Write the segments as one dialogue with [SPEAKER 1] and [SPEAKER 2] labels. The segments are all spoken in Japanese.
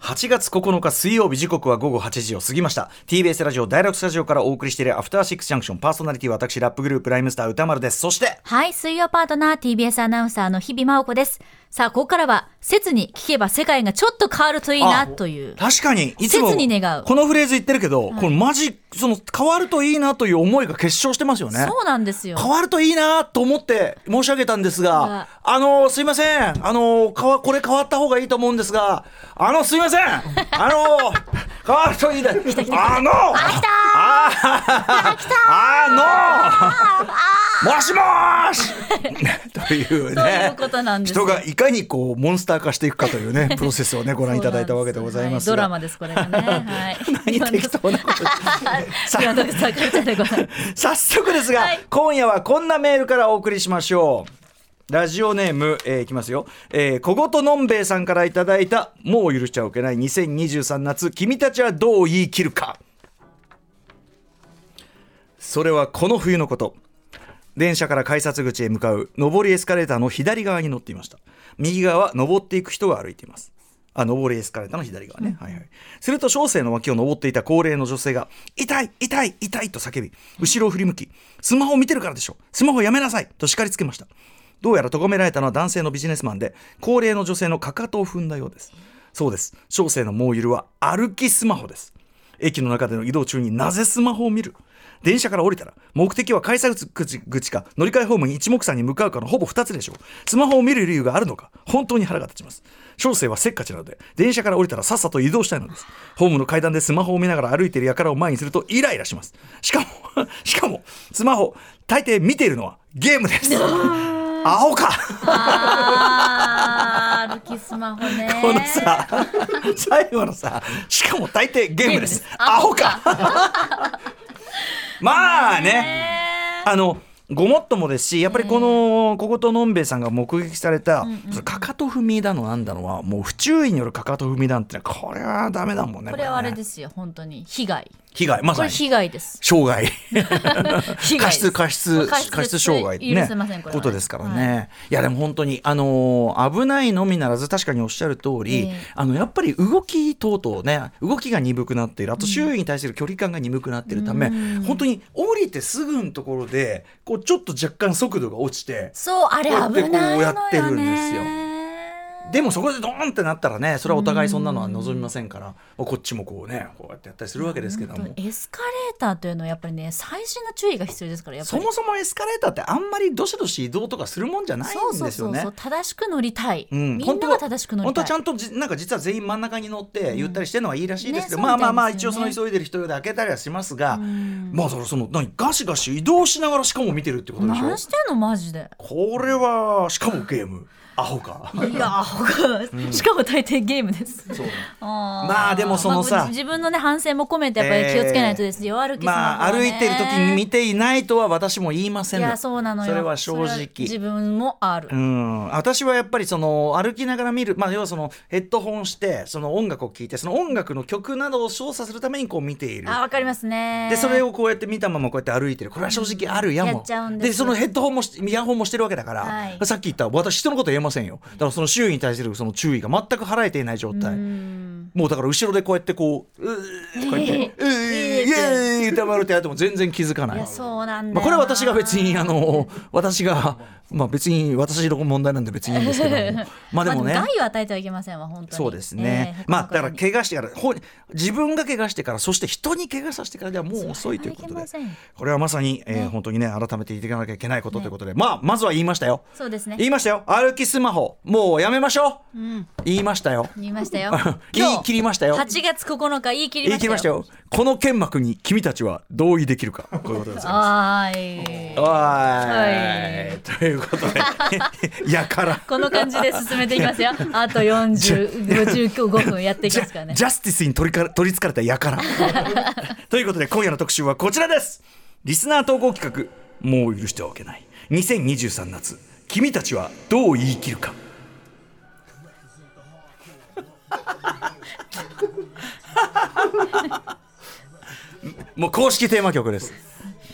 [SPEAKER 1] 8月9日水曜日時刻は午後8時を過ぎました TBS ラジオ第6スタジオからお送りしているアフターシックスジャンクションパーソナリティは私ラップグループライムスター歌丸ですそして
[SPEAKER 2] はい、水曜パートナー TBS アナウンサーの日々真央子です。さあ、ここからは、切に聞けば世界がちょっと変わるといい
[SPEAKER 1] あ
[SPEAKER 2] なという。
[SPEAKER 1] 確かにいつも
[SPEAKER 2] 切に願う
[SPEAKER 1] このフレーズ言ってるけど、このマジその変わるといいなという思いが結晶してますよね
[SPEAKER 2] そうなんですよ。
[SPEAKER 1] 変わるといいなと思って申し上げたんです
[SPEAKER 2] うわ
[SPEAKER 1] が、あのすいません、あのかわこれ変わった方がいいと思うんですが、あのすいません、あ の変わるといいな、あの、あーあの、もしもー し、という
[SPEAKER 2] そうい
[SPEAKER 1] ね
[SPEAKER 2] う。ことなんです
[SPEAKER 1] 人
[SPEAKER 2] よ。
[SPEAKER 1] がいかにこうモンスター化していくかという ねプロセスをねご覧いただいたわけでございます
[SPEAKER 2] はドラ
[SPEAKER 1] が、
[SPEAKER 2] マです、これがね。はい。
[SPEAKER 1] 何適当なこと言ってさ
[SPEAKER 2] 岩田さんからでございます。
[SPEAKER 1] 早速ですが、
[SPEAKER 2] はい
[SPEAKER 1] 今夜はこんなメールからお送りしましょうラジオネーム、えーいきますよ、えー小言のんべえさんからいただいた「もう許しちゃおけない2023夏君たちはどう言い切るか」それはこの冬のこと電車から改札口へ向かう上りエスカレーターの左側に乗っていました右側は上っていく人が歩いていますあ上りエスカレーターの左側ね、はいはいすると小生の脇を上っていた高齢の女性が「痛い痛い痛い」と叫び後ろを振り向き「スマホを見てるからでしょスマホやめなさい」と叱りつけましたどうやら咎められたのは男性のビジネスマンで高齢の女性のかかとを踏んだようですそうです小生のもうゆるは歩きスマホです駅の中での移動中になぜスマホを見る電車から降りたら目的は改札口口か乗り換えホームに一目散に向かうかのほぼ2つでしょうスマホを見る理由があるのか本当に腹が立ちます小生はせっかちなので電車から降りたらさっさと移動したいのですホームの階段でスマホを見ながら歩いている輩を前にするとイライラしますしかも しかもスマホ大抵見ているのはゲームです アホか
[SPEAKER 2] あー、歩きスマホね。
[SPEAKER 1] このさ、最後のさ、しかも大抵ゲームです。
[SPEAKER 2] ゲームです
[SPEAKER 1] アホか。まあね、
[SPEAKER 2] ね
[SPEAKER 1] あの。ごもっともですしやっぱりこの小言のんべえさんが目撃された、そのかかと踏みだのなんだのはもう不注意によるかかと踏みだんってのはこれはダメだもんね
[SPEAKER 2] これはあれ
[SPEAKER 1] ね
[SPEAKER 2] ですよ、本当に。被害。
[SPEAKER 1] 被害ま
[SPEAKER 2] こ
[SPEAKER 1] さ
[SPEAKER 2] れ
[SPEAKER 1] に
[SPEAKER 2] 被害です。
[SPEAKER 1] 障害過失
[SPEAKER 2] 被害です。
[SPEAKER 1] 過失
[SPEAKER 2] 過失
[SPEAKER 1] 過失障害
[SPEAKER 2] 許せませんこれはね
[SPEAKER 1] ことですからね、い、やでも本当にあのー危ないのみならず確かにおっしゃる通り、
[SPEAKER 2] ええ
[SPEAKER 1] あのやっぱり動き等々ね動きが鈍くなっているあと周囲に対する距離感が鈍くなっているため、
[SPEAKER 2] うん
[SPEAKER 1] 本当に降りてすぐのところでこうちょっと若干速度が落ちて
[SPEAKER 2] そう、あれ危ないのよね。
[SPEAKER 1] こうやってこうやってるんですよでもそこでドーンってなったらねそれはお互いそんなのは望みませんから、こっちもこうねこうやってやったりするわけですけども
[SPEAKER 2] 本当。エスカレーターというのはやっぱりね最新の注意が必要ですからやっぱ
[SPEAKER 1] そ
[SPEAKER 2] り
[SPEAKER 1] もそもエスカレーターってあんまりどしどし移動とかするもんじゃないんですよね。
[SPEAKER 2] 正しく乗りたい、
[SPEAKER 1] うん
[SPEAKER 2] みんなが正しく乗り
[SPEAKER 1] 本当
[SPEAKER 2] たい
[SPEAKER 1] はちゃんとじなんか実は全員真ん中に乗ってゆったりしてるのはいいらしいですけど、
[SPEAKER 2] ね
[SPEAKER 1] まあまあまあ
[SPEAKER 2] そうみたいで
[SPEAKER 1] 一
[SPEAKER 2] すよ
[SPEAKER 1] 応
[SPEAKER 2] ね
[SPEAKER 1] その急いでる人で開けたりはしますが、
[SPEAKER 2] ん
[SPEAKER 1] まあそのその何ガシガシ移動しながらしかも見てるってことでしょ
[SPEAKER 2] 何してんのマジで
[SPEAKER 1] これはしかもゲームアホ か
[SPEAKER 2] いやアホが、しかも大抵ゲームです
[SPEAKER 1] そう
[SPEAKER 2] あ ー
[SPEAKER 1] まあでもそのさ
[SPEAKER 2] まあ自分のね反省も込めてやっぱり気をつけないとですよ、歩きスマホ
[SPEAKER 1] まあ
[SPEAKER 2] はね
[SPEAKER 1] 歩いてる時に見ていないとは私も言いません
[SPEAKER 2] い
[SPEAKER 1] の
[SPEAKER 2] やそうなのよ
[SPEAKER 1] それは正直
[SPEAKER 2] それは自分もある、
[SPEAKER 1] うん、私はやっぱりその歩きながら見る、まあ、要はそのヘッドホンしてその音楽を聴いてその音楽の曲などを調査するためにこう見ている
[SPEAKER 2] あわかりますね
[SPEAKER 1] でそれをこうやって見たままこうやって歩いてるこれは正直あるやも、
[SPEAKER 2] やっちゃうん
[SPEAKER 1] で
[SPEAKER 2] です
[SPEAKER 1] そのヘッドホンもしイヤホンもしてるわけだから、
[SPEAKER 2] はい
[SPEAKER 1] さっき言った私人のこと言えませんよだからその周囲に対するその注意が全く払えていない状態、
[SPEAKER 2] うん
[SPEAKER 1] もうだから後ろでこうやってこう「うーこうやって「うーイエーイ!」ってまるってやっても全然気づかない
[SPEAKER 2] いやそうなんだよな
[SPEAKER 1] まあ、これは私が別にあの私がまあ別に私の問題なんで別にいいんですけど もまあでもね、
[SPEAKER 2] まあ、害を与えてはいけませんわ本当に
[SPEAKER 1] そうですね、
[SPEAKER 2] ええ
[SPEAKER 1] まあだか
[SPEAKER 2] 他の
[SPEAKER 1] ら
[SPEAKER 2] 方に
[SPEAKER 1] 怪我してからほ自分が怪我してからそして人に怪我させてからではもう遅いということ
[SPEAKER 2] それ
[SPEAKER 1] で
[SPEAKER 2] はいけません
[SPEAKER 1] これはまさに、えー本当にね改めて言っていかなきゃいけないことということで、まあまずは言いましたよ
[SPEAKER 2] そうですね
[SPEAKER 1] 言いましたよ歩きスマホもうやめましょう、言いましたよ
[SPEAKER 2] 言いましたよ
[SPEAKER 1] 言い切りましたよ
[SPEAKER 2] 8月9日言い切り
[SPEAKER 1] 言
[SPEAKER 2] ま
[SPEAKER 1] い切
[SPEAKER 2] した
[SPEAKER 1] りま
[SPEAKER 2] よ
[SPEAKER 1] したよこの剣幕に君たちは同意できるかこういうことです
[SPEAKER 2] はーい
[SPEAKER 1] おーい、ということで やから
[SPEAKER 2] この感じで進めていきますよあと4055分やっていき
[SPEAKER 1] ジ
[SPEAKER 2] ますから
[SPEAKER 1] ャ
[SPEAKER 2] ね
[SPEAKER 1] ジャスティスに取りか取りつかれたやから ということで今夜の特集はこちらですリスナー投稿企画もう許してはおけない2023夏君たちはどう言い切るかもう公式テーマ曲です。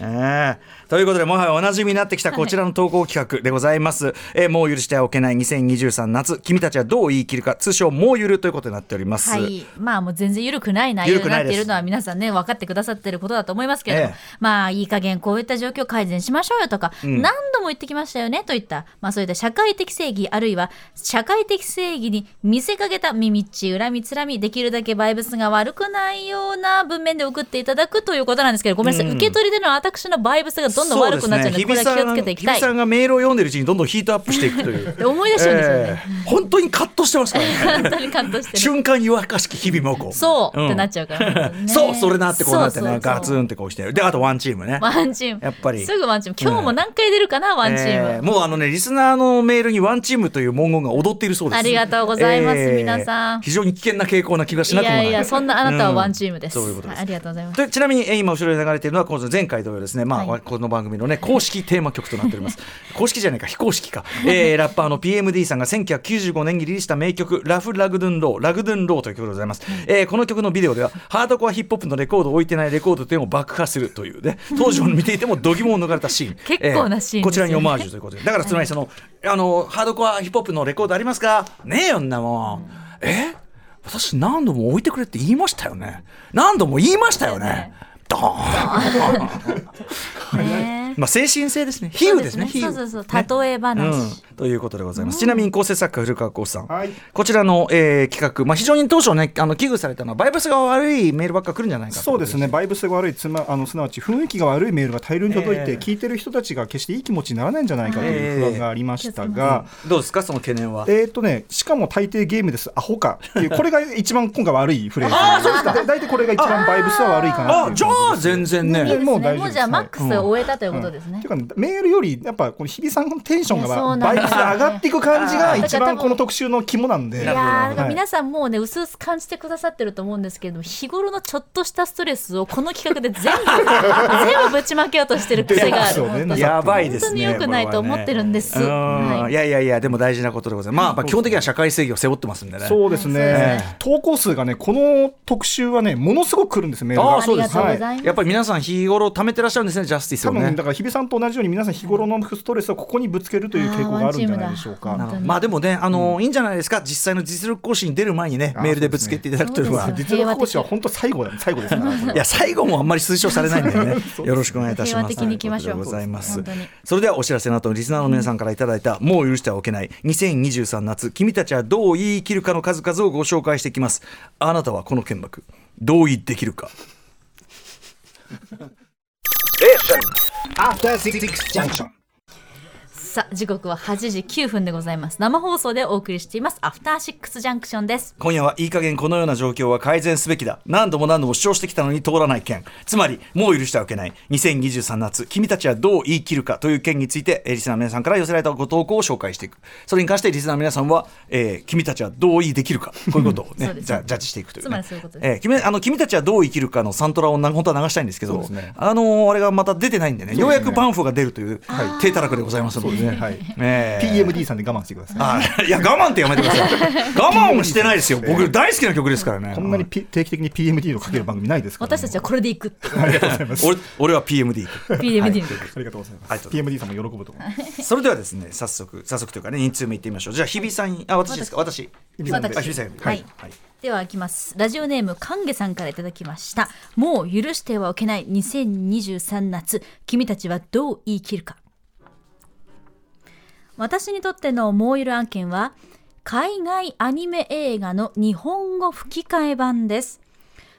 [SPEAKER 1] ええということでもはやおなじみになってきたこちらの投稿企画でございます、えーもう許してはおけない2023夏君たちはどう言い切るか通称もうゆるということになっております、
[SPEAKER 2] はい、まあもう全然緩くない内容
[SPEAKER 1] 緩
[SPEAKER 2] に
[SPEAKER 1] くな
[SPEAKER 2] ないっ
[SPEAKER 1] です
[SPEAKER 2] ているのは皆さんね分かってくださってることだと思いますけれども、
[SPEAKER 1] ええ
[SPEAKER 2] まあいい加減こういった状況改善しましょうよとか、何度も言ってきましたよねといった、まあ、そういった社会的正義あるいは社会的正義に見せかけた耳っち恨みつらみできるだけバイブスが悪くないような文面で送っていただくということなんですけどごめんなさい、受け取りでの私のバイブスがどんどん悪くなっちゃうので
[SPEAKER 1] そ
[SPEAKER 2] これ
[SPEAKER 1] です
[SPEAKER 2] は
[SPEAKER 1] ね
[SPEAKER 2] 気をつけていきた
[SPEAKER 1] 日比。
[SPEAKER 2] い
[SPEAKER 1] さんがメールを読んでるうちにどんどんヒートアップしていくという。
[SPEAKER 2] 思い出しちゃうんですよね。
[SPEAKER 1] ええ本当にカットしてますから ね。
[SPEAKER 2] 本当に感動してね
[SPEAKER 1] 瞬間に弱かしき日々もこう。
[SPEAKER 2] そう、
[SPEAKER 1] ん
[SPEAKER 2] ってなっちゃうから、ね
[SPEAKER 1] そう、それなってこうなって
[SPEAKER 2] そう
[SPEAKER 1] ね、
[SPEAKER 2] そうそう
[SPEAKER 1] ガツンってこうしてる。で、あとワンチームね。
[SPEAKER 2] ワンチーム。
[SPEAKER 1] やっぱり
[SPEAKER 2] すぐワンチーム。今日も何回出るかな、ワンチーム。
[SPEAKER 1] えーもうあのね、リスナーのメールにワンチームという文言が踊っているそうです。
[SPEAKER 2] ありがとうございます皆さん
[SPEAKER 1] 非常に危険な傾向な気がし
[SPEAKER 2] い
[SPEAKER 1] なくもな
[SPEAKER 2] や
[SPEAKER 1] い。
[SPEAKER 2] いや、そんなあなたはワンチームです。
[SPEAKER 1] うんそういうことです
[SPEAKER 2] はいありがとうございます。
[SPEAKER 1] でちなみにえー今後ろで流れているのはこの前回同様ですね、まあ
[SPEAKER 2] は
[SPEAKER 1] この番組の、ね、公式テーマ曲となっております 公式じゃないか非公式か、えーラッパーの PMD さんが1995年にリリースした名曲「ラフ・ラグドゥン・ロー」ラグドゥン・ローという曲でございます、えーこの曲のビデオではハードコアヒップホップのレコードを置いてないレコード店を爆破すると いうね当時を見ていても度肝を抜かれたシーン
[SPEAKER 2] 結構なシーンですよね
[SPEAKER 1] こちらにオマージュということでだからつまりその,、あのハードコアヒップホップのレコードありますかねえよんなもん、え私何度も置いてくれって言いましたよね何度も言いましたよねドーン
[SPEAKER 2] ね
[SPEAKER 1] まあ精神性ですね比喩ですね比
[SPEAKER 2] そうそう
[SPEAKER 1] 喩
[SPEAKER 2] そう。例え話。
[SPEAKER 1] うん、ということでございます、ちなみに構成作家古川光さん、
[SPEAKER 3] はい
[SPEAKER 1] こちらの、えー企画、まあ、非常に当初ねあの危惧されたのはバイパスが悪いメールばっか来るんじゃないかって
[SPEAKER 3] そ
[SPEAKER 1] こ
[SPEAKER 3] う
[SPEAKER 1] と
[SPEAKER 3] ですね、バイブスが悪いつ、ま、あのすなわち雰囲気が悪いメールが大量に届いて、
[SPEAKER 1] ええ
[SPEAKER 3] 聞いてる人たちが決していい気持ちにならないんじゃないかという不安がありましたが、
[SPEAKER 1] どうですかその懸念は、
[SPEAKER 3] えーとね、しかも大抵ゲームです、アホかっていう、これが一番今回悪いフレーズ
[SPEAKER 1] あーそうですか
[SPEAKER 3] だ大体これが一番バイブスは悪いかなって
[SPEAKER 1] あ
[SPEAKER 3] いう
[SPEAKER 1] じゃあ全然ね
[SPEAKER 2] いいですね。
[SPEAKER 3] も
[SPEAKER 2] も
[SPEAKER 3] う大丈夫
[SPEAKER 2] う
[SPEAKER 3] です
[SPEAKER 2] じゃあマックスを終えたということです
[SPEAKER 3] っ
[SPEAKER 2] ね
[SPEAKER 3] てい。うかねメールよりやっぱこの日比さんのテンション
[SPEAKER 2] いやそう
[SPEAKER 3] が
[SPEAKER 2] な
[SPEAKER 3] バ
[SPEAKER 2] ん
[SPEAKER 3] イ
[SPEAKER 2] だ
[SPEAKER 3] ブスで上がっていく感じが一
[SPEAKER 2] だから多
[SPEAKER 3] 番
[SPEAKER 2] 分
[SPEAKER 3] この特集の肝なんで
[SPEAKER 2] い
[SPEAKER 1] な
[SPEAKER 2] や
[SPEAKER 1] るほど
[SPEAKER 2] ーだから
[SPEAKER 3] はい
[SPEAKER 2] 皆さんもうね、うすうす感じてくださってると思うんですけれども、日頃のちょっとしたストレスをこの企画で全部、全部ぶちまけようとしてる癖があ
[SPEAKER 3] そ
[SPEAKER 2] る。
[SPEAKER 3] うね
[SPEAKER 2] 本当に
[SPEAKER 1] やばいですね。
[SPEAKER 2] 本当に良くないと思ってるんです
[SPEAKER 1] これはねうん
[SPEAKER 2] はい
[SPEAKER 1] いやいやいや、でも大事なことでございます。まあ、まあ、基本的には社会正義を背負ってますんでね。
[SPEAKER 3] そうです
[SPEAKER 2] はいそうで
[SPEAKER 3] ね、投稿数がねこの特集はねものすごく来るんですよメール
[SPEAKER 1] あ
[SPEAKER 3] が
[SPEAKER 1] あ、そうです
[SPEAKER 2] あり
[SPEAKER 1] は
[SPEAKER 2] がとうございます
[SPEAKER 1] いやっぱり皆さん日頃貯めてらっしゃるんですね、ジャスティス
[SPEAKER 3] 多
[SPEAKER 1] をね
[SPEAKER 3] 分だ。から日比さんと同じように皆さん日頃のストレスをここにぶつけるという傾向があるんじゃないでしょう
[SPEAKER 2] あーワンチームだ
[SPEAKER 3] か。
[SPEAKER 2] 本当に
[SPEAKER 1] まあでもね、あの、いいんじゃないですか、実際の実力行使に出る前にね、
[SPEAKER 3] あー
[SPEAKER 1] メールでぶつけていただくというのは
[SPEAKER 2] そう。ですよ
[SPEAKER 3] 実力講師は本当最後だ、最後ですから。
[SPEAKER 1] いや、最後もあんまり推奨され ないんでね、よろしくお願いいたします。
[SPEAKER 2] 平和的に行きましょう
[SPEAKER 1] ということでございます
[SPEAKER 2] 本当に。
[SPEAKER 1] それではお知らせの後、リスナーの皆さんからいただいた、もう許してはおけない、2023夏、君たちはどう言い切るかの数々をご紹介していきます。あなたはこの剣幕、同意できるか。
[SPEAKER 3] After Six Junction
[SPEAKER 2] さあ、時刻は8時9分でございます。生放送でお送りしています、アフターシックスジャンクションです。
[SPEAKER 1] 今夜はいい加減このような状況は改善すべきだ何度も何度も主張してきたのに通らない件つまりもう許してはいけない2023夏君たちはどう言い切るかという件についてえーリスナーの皆さんから寄せられたご投稿を紹介していくそれに関してリスナーの皆さんは、えー君たちはどう言いできるかこういうことを
[SPEAKER 2] そ
[SPEAKER 1] ね
[SPEAKER 2] うです
[SPEAKER 1] じゃジャッジしていくという、ね、
[SPEAKER 2] つまりそういうことです
[SPEAKER 1] えー君あの君たちはどう生きるかのサントラをな本当は流したいんですけど
[SPEAKER 3] そうですね
[SPEAKER 1] あのーあれがまた出てないんでねようやくパンフが出るという、
[SPEAKER 2] はい
[SPEAKER 1] 低たらくでございますのでね
[SPEAKER 3] はい
[SPEAKER 1] えー
[SPEAKER 3] PMD さんで我慢してください。
[SPEAKER 1] あいや我慢ってやめてください我慢をしてないですよ僕大好きな曲ですからね
[SPEAKER 3] こんなに P- 定期的に PMD をかける番組ないですからね。
[SPEAKER 2] 私たちはこれでいくっていう
[SPEAKER 3] ありがとうございます。
[SPEAKER 1] 俺俺は PMD
[SPEAKER 2] PMD に。
[SPEAKER 3] ありがとうござい
[SPEAKER 1] は
[SPEAKER 3] ま
[SPEAKER 1] い
[SPEAKER 3] す。PMD さんも喜ぶと思います。
[SPEAKER 1] それではですね早速早速というかね2通目いってみましょうじゃあ日比さんあ私ですか私
[SPEAKER 3] 日比さんで
[SPEAKER 1] あ日比さん
[SPEAKER 2] はいではいきますラジオネームかんげさんからいただきましたもう許してはおけない2023夏君たちはどう言い切るか私にとってのもうゆる案件は海外アニメ映画の日本語吹き替え版です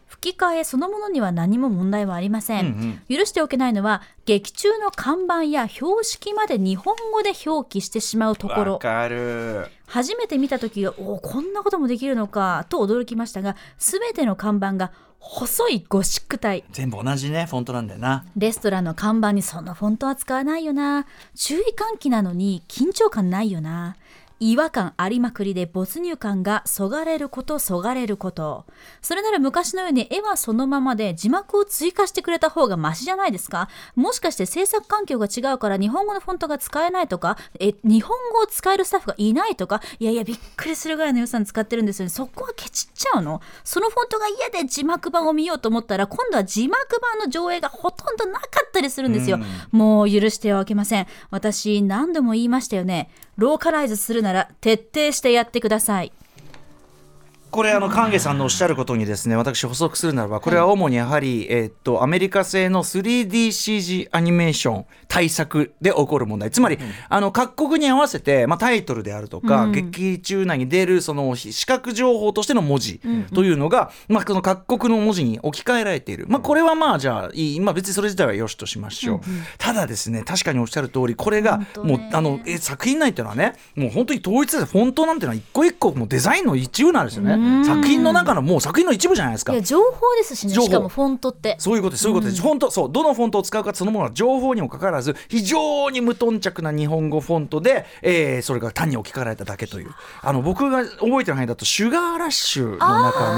[SPEAKER 2] 吹き替えそのものには何も問題はありません、許しておけないのは劇中の看板や標識まで日本語で表記してしまうところ
[SPEAKER 1] わかる
[SPEAKER 2] 初めて見た時はおおこんなこともできるのかと驚きましたが全ての看板が細いゴシック体
[SPEAKER 1] 全部同じねフォントなんだよな
[SPEAKER 2] レストランの看板にそのフォントは使わないよな注意喚起なのに緊張感ないよな違和感ありまくりで没入感がそがれることそがれることそれなら昔のように絵はそのままで字幕を追加してくれた方がマシじゃないですかもしかして制作環境が違うから日本語のフォントが使えないとかえ日本語を使えるスタッフがいないとかいやいやびっくりするぐらいの予算使ってるんですよねそこはケチっちゃうのそのフォントが嫌で字幕版を見ようと思ったら今度は字幕版の上映がほとんどなかったりするんですよ、もう許してはいけません私何度も言いましたよねローカライズするなら徹底してやってください
[SPEAKER 1] これあの関下さんのおっしゃることにですね私補足するならばこれは主にやはり、えーっとアメリカ製の 3DCG アニメーション対策で起こる問題つまり、あの各国に合わせて、まあ、タイトルであるとか、
[SPEAKER 2] うん
[SPEAKER 1] 劇中内に出るその視覚情報としての文字というのが、まあ、この各国の文字に置き換えられている、まあ、これはまあじゃあいい、まあ、別にそれ自体はよしとしましょう、ただですね確かにおっしゃる通りこれが
[SPEAKER 2] 本当ね
[SPEAKER 1] もうあのえ作品内っていうのはねもう本当に統一されてフォントなんていうのは一個一個もうデザインの一部なんですよ
[SPEAKER 2] うん
[SPEAKER 1] ね作品の中のもう作品の一部じゃないですか
[SPEAKER 2] いや情報ですしね
[SPEAKER 1] 情報
[SPEAKER 2] しかもフォントって
[SPEAKER 1] そういうことです、そういうことです、フォント、そう、どのフォントを使うかそのものは情報にもかかわらず、非常に無頓着な日本語フォントで、えーそれが単に置き換えられただけという、あの僕が覚えてる範囲だと、シュガーラッシュの中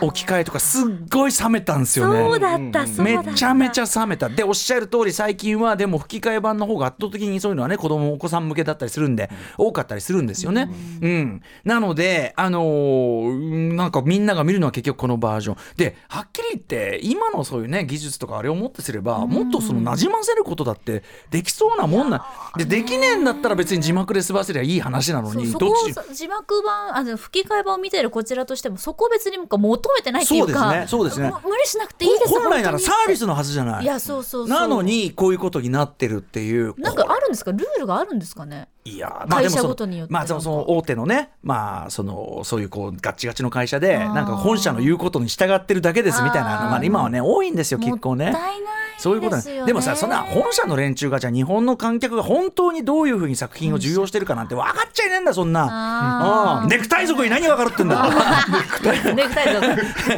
[SPEAKER 1] の置き換えとか、すっごい冷めたんですよね。
[SPEAKER 2] そうだった、そうだ
[SPEAKER 1] め
[SPEAKER 2] った
[SPEAKER 1] ちゃめちゃ冷めたでおっしゃる通り最近はでも吹き替え版の方が圧倒的にそういうのはね子供お子さん向けだったりするんで、多かったりするんですよね。うん、なのであのーうんなんかみんなが見るのは結局このバージョンではっきり言って今のそういうね技術とかあれをもってすれば、もっとその馴染ませることだってできそうなもんなでできねえんだったら別に字幕で済ませりゃいい話なの
[SPEAKER 2] そう
[SPEAKER 1] に
[SPEAKER 2] そ
[SPEAKER 1] ど
[SPEAKER 2] こ
[SPEAKER 1] っ
[SPEAKER 2] を
[SPEAKER 1] ち
[SPEAKER 2] さ字幕版あの吹き替え版を見てるこちらとしてもそこを別になんか求めてないっていう
[SPEAKER 1] そうです
[SPEAKER 2] か
[SPEAKER 1] ねそうですね
[SPEAKER 2] も無理しなくていいです
[SPEAKER 1] 本来なら
[SPEAKER 2] 本当に
[SPEAKER 1] サービスのはずじゃないい。
[SPEAKER 2] やそうそうそう
[SPEAKER 1] なのにこういうことになってるっていう
[SPEAKER 2] なんかあるんですかルールがあるんですかね
[SPEAKER 1] いやーまあでも
[SPEAKER 2] 会社
[SPEAKER 1] その
[SPEAKER 2] ごとによって
[SPEAKER 1] まあそのそ
[SPEAKER 2] なんか
[SPEAKER 1] の大手のねまあそのそういうこうガッチガチの会社で
[SPEAKER 2] あー
[SPEAKER 1] なんか本社の言うことに従ってるだけですみたいな
[SPEAKER 2] あー
[SPEAKER 1] まあ今はね多いんですよ結構
[SPEAKER 2] もっ
[SPEAKER 1] ね。
[SPEAKER 2] たいないです
[SPEAKER 1] そ
[SPEAKER 2] よ
[SPEAKER 1] ういうことなんです
[SPEAKER 2] ね
[SPEAKER 1] でもさそんな本社の連中がじゃあ日本の観客が本当にどういうふうに作品を重要してるかなんて分かっちゃいねえんだそん
[SPEAKER 2] あ
[SPEAKER 1] な
[SPEAKER 2] ー
[SPEAKER 1] うんネクタイ族に何分かるってんだ
[SPEAKER 2] ネクタイ族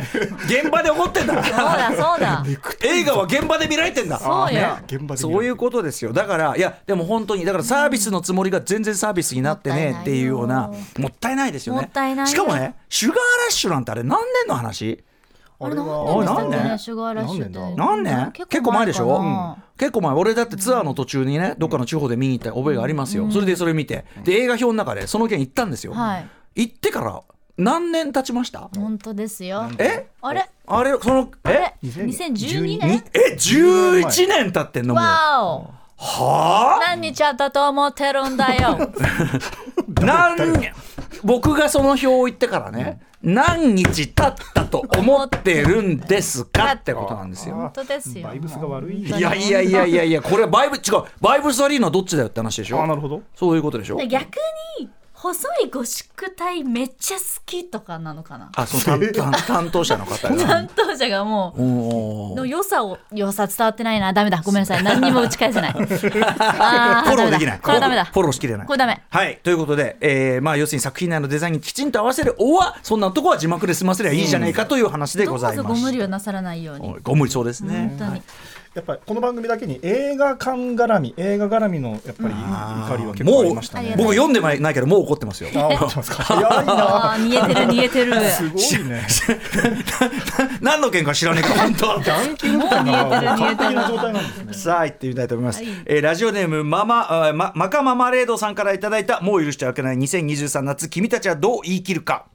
[SPEAKER 1] 現場で怒ってんだ
[SPEAKER 2] そうだそうだ
[SPEAKER 1] 映画は現場で見られてんだ
[SPEAKER 2] そうよ
[SPEAKER 1] ね
[SPEAKER 3] 現場で見られて
[SPEAKER 1] そういうことですよだからいやでも本当にだからサービスのつもりが全然サービスになってねえっていうような
[SPEAKER 2] もった
[SPEAKER 1] もったい
[SPEAKER 2] いない
[SPEAKER 1] ないですよね
[SPEAKER 2] もったいないよ
[SPEAKER 1] しかもねシュガーラッシュなんてあれ何年の話
[SPEAKER 2] あ
[SPEAKER 3] あ
[SPEAKER 2] れ
[SPEAKER 3] れ
[SPEAKER 2] 何
[SPEAKER 3] は
[SPEAKER 2] 年でしたっ
[SPEAKER 1] あれ何年
[SPEAKER 2] けねシュガーラッシュって
[SPEAKER 3] 何年だ
[SPEAKER 1] 何年結構前でしょ、
[SPEAKER 2] か
[SPEAKER 1] うん
[SPEAKER 2] な
[SPEAKER 1] 結構前俺だってツアーの途中にねどっかの地方で見に行った覚えがありますよ、それでそれ見てで映画表の中でその件行ったんですよ、
[SPEAKER 2] はい
[SPEAKER 1] 行ってから何年経ちました
[SPEAKER 2] 本当ですよ
[SPEAKER 1] え
[SPEAKER 2] あれ
[SPEAKER 1] あれその
[SPEAKER 2] あれ
[SPEAKER 1] え
[SPEAKER 2] 2012
[SPEAKER 3] 2012
[SPEAKER 1] に
[SPEAKER 2] 年
[SPEAKER 1] え11年経ってんのもうは
[SPEAKER 2] わ
[SPEAKER 1] あ
[SPEAKER 2] お何日あったと思ってるんだ よ
[SPEAKER 1] 何僕がその表を言ってからね、何日経ったと思ってるんですかってことなんですよ。
[SPEAKER 2] 本当ですよ
[SPEAKER 3] バイブスが悪い
[SPEAKER 1] いやいやいやいやいやこれバイブ違うバイブス悪いのはどっちだよって話でし
[SPEAKER 3] あな
[SPEAKER 1] ょ
[SPEAKER 3] るほど
[SPEAKER 1] そういうことでしょ
[SPEAKER 2] で逆に細いゴシック体めっちゃ好きとかなのかな
[SPEAKER 1] あその担担担当者の方が。
[SPEAKER 2] 担当者がもう
[SPEAKER 1] おー
[SPEAKER 2] の良さを良さ伝わってないなダメだごめんなさ い何にも打ち返せないあー
[SPEAKER 1] フォローできない
[SPEAKER 2] ダメだこれダメだ
[SPEAKER 1] フォローしきれない
[SPEAKER 2] これダメ
[SPEAKER 1] はいということで、えーまあ、要するに作品内のデザインにきちんと合わせるおはそんなとこは字幕で済ませりゃいいじゃないかという話で
[SPEAKER 2] ど
[SPEAKER 1] ご
[SPEAKER 2] う
[SPEAKER 1] ざい
[SPEAKER 2] ぞ
[SPEAKER 1] ま
[SPEAKER 2] ご
[SPEAKER 1] す
[SPEAKER 2] 無理をなさらないように
[SPEAKER 1] ご無理そうですね
[SPEAKER 2] 本当に
[SPEAKER 3] やっぱりこの番組だけに映画館絡み映画絡みのやっぱり怒りは結構ありました
[SPEAKER 2] あ
[SPEAKER 3] ね
[SPEAKER 2] ー
[SPEAKER 1] 僕読んでないけどもう怒ってますよ
[SPEAKER 3] あ本当ですか早い
[SPEAKER 2] あ
[SPEAKER 3] な
[SPEAKER 2] あー逃げてる逃げてる
[SPEAKER 3] すごいね
[SPEAKER 1] 何の件か知らねえから本当
[SPEAKER 2] もう逃げてる逃げ
[SPEAKER 3] 完
[SPEAKER 2] て
[SPEAKER 3] 璧
[SPEAKER 2] る
[SPEAKER 3] な状態なんですね
[SPEAKER 1] さあ行ってみたいと思います、
[SPEAKER 2] はい
[SPEAKER 1] えーラジオネームママあまマカママレードさんからいただいたもう許してはいけない2023夏君たちはどう言い切るか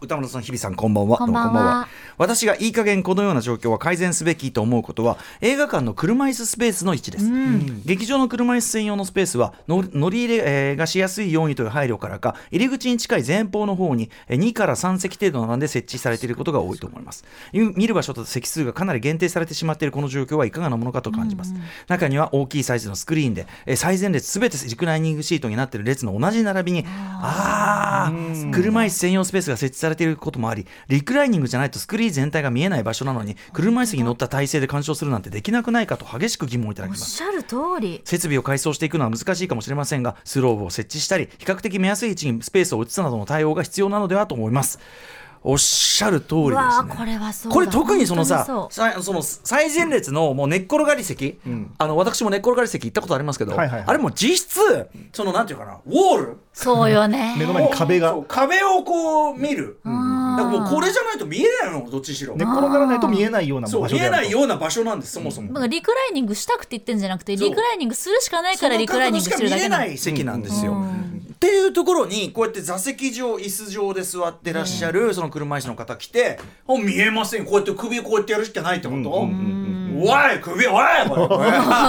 [SPEAKER 1] 歌村さん日比さんこんばんは
[SPEAKER 2] こんばんは
[SPEAKER 1] どうも私がいい加減このような状況は改善すべきと思うことは映画館の車椅子スペースの位置です、劇場の車椅子専用のスペースはの乗り入れ、えーがしやすいようにという配慮からか入り口に近い前方の方にえー2から3席程度並んで設置されていることが多いと思いますゆ見る場所と席数がかなり限定されてしまっているこの状況はいかがなものかと感じます、中には大きいサイズのスクリーンで、えー最前列すべてリクライニングシートになっている列の同じ並びにあー車椅子専用スペースが設置されていることもありリクライニングじゃないとスクリーン全体が見えない場所なのに車椅子に乗った体勢で鑑賞するなんてできなくないかと激しく疑問をいただき
[SPEAKER 2] おっ
[SPEAKER 1] ます
[SPEAKER 2] しゃる通り
[SPEAKER 1] 設備を改装していくのは難しいかもしれませんがスローブを設置したり比較的見やすい位置にスペースを移すなどの対応が必要なのではと思いますおっしゃる通り
[SPEAKER 2] う
[SPEAKER 1] です
[SPEAKER 2] わ
[SPEAKER 1] ね
[SPEAKER 2] ーこれはそうだ
[SPEAKER 1] これ特にその
[SPEAKER 2] 本当
[SPEAKER 1] さ
[SPEAKER 2] にそ
[SPEAKER 1] さその最前列のもう寝っ転がり席、
[SPEAKER 3] ん
[SPEAKER 1] あの私も寝っ転がり席行ったことありますけど、
[SPEAKER 3] はいはいはい
[SPEAKER 1] あれも実質そのなんていうかなウォール
[SPEAKER 2] うそうよね
[SPEAKER 3] 目の前に壁が
[SPEAKER 1] そ
[SPEAKER 3] 寝
[SPEAKER 1] う壁をこう見る、だからもうこれじゃないと見えないのどっちにしろ、
[SPEAKER 3] っ転がらないと見えないような
[SPEAKER 1] そ
[SPEAKER 3] 場
[SPEAKER 1] う
[SPEAKER 3] 所
[SPEAKER 1] 見
[SPEAKER 3] で
[SPEAKER 1] え
[SPEAKER 3] あ
[SPEAKER 1] な
[SPEAKER 3] る
[SPEAKER 1] い
[SPEAKER 3] と
[SPEAKER 1] ような場所なんですそもそも、
[SPEAKER 2] なんかリクライニングしたくて言ってんじゃなくて
[SPEAKER 1] そう
[SPEAKER 2] リクライニングするしかない
[SPEAKER 1] そ
[SPEAKER 2] か
[SPEAKER 1] の
[SPEAKER 2] らリクライニン
[SPEAKER 1] し
[SPEAKER 2] グし
[SPEAKER 1] か
[SPEAKER 2] て
[SPEAKER 1] 見
[SPEAKER 2] るだ
[SPEAKER 1] え
[SPEAKER 2] けな
[SPEAKER 1] な
[SPEAKER 2] の
[SPEAKER 1] い席なんですよ、
[SPEAKER 2] うん
[SPEAKER 1] っていうところにこうやって座席上椅子上で座ってらっしゃるその車椅子の方来て「あ見えませんこうやって首こうやってやるしかないってこと
[SPEAKER 3] うんうん
[SPEAKER 1] おい首おいおいおい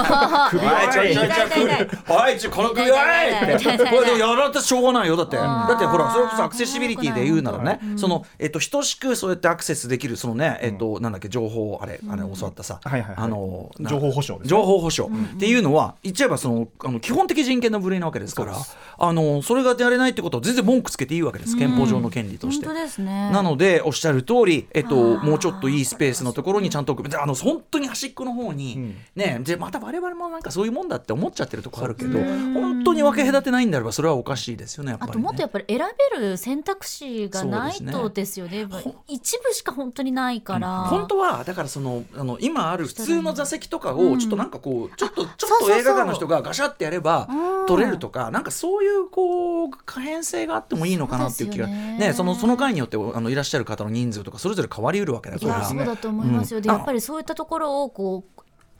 [SPEAKER 1] 首おいちょいちょいちょい首お
[SPEAKER 2] 痛い痛い
[SPEAKER 1] いちょいこの首おい
[SPEAKER 2] 痛い痛い
[SPEAKER 1] っ
[SPEAKER 2] 痛い
[SPEAKER 1] てこれでやられたらしょうがないよだってだってほらそれこそアクセシビリティで言うならねそのえっと等しくそうやってアクセスできるそのねえっとなんだっけ情報あれあれ教わったさ
[SPEAKER 3] はいはいはい
[SPEAKER 1] あのな
[SPEAKER 3] 情報保障ですね
[SPEAKER 1] 情報保障っていうのは言っちゃえばそのあの基本的人権の部類なわけですからあのそれがやれないってことは全然文句つけていいわけです憲法上の権利と
[SPEAKER 2] 本
[SPEAKER 1] して
[SPEAKER 2] 当。ですね
[SPEAKER 1] なのでおっしゃる通り、えっと、
[SPEAKER 2] あー
[SPEAKER 1] もうちょっといいスペースのところにちゃんとであの本当に端っこの方に、
[SPEAKER 3] うん
[SPEAKER 1] ねでまた我々もなんかそういうもんだって思っちゃってるとこあるけど本当に分け隔てないんであればそれはおかしいですよねやっぱ
[SPEAKER 2] あ
[SPEAKER 1] り、
[SPEAKER 2] と
[SPEAKER 1] ね。
[SPEAKER 2] もっとやっぱり選べる選択肢がない
[SPEAKER 1] そう
[SPEAKER 2] とですよね
[SPEAKER 1] ほ
[SPEAKER 2] 一部しか本当にないから、
[SPEAKER 1] 本当はだからそのあの今ある普通の座席とかを
[SPEAKER 2] うん
[SPEAKER 1] ちょっとなんかこう、ちょっとちょ
[SPEAKER 2] そ
[SPEAKER 1] っ
[SPEAKER 2] うそう
[SPEAKER 1] と
[SPEAKER 2] そう
[SPEAKER 1] 映画館の人がガシャってやれば
[SPEAKER 2] うん
[SPEAKER 1] 撮れるとか、なんかそういうこう可変性があってもいいのかなっていう気が
[SPEAKER 2] そうですよ
[SPEAKER 1] ね
[SPEAKER 2] ね
[SPEAKER 1] そのその回によってあのいらっしゃる方の人数とかそれぞれ変わりうるわけだ
[SPEAKER 2] い
[SPEAKER 1] か
[SPEAKER 2] や
[SPEAKER 1] ら。
[SPEAKER 2] そうだと思いますよ、
[SPEAKER 1] うん
[SPEAKER 2] でやっぱりそういったところをこう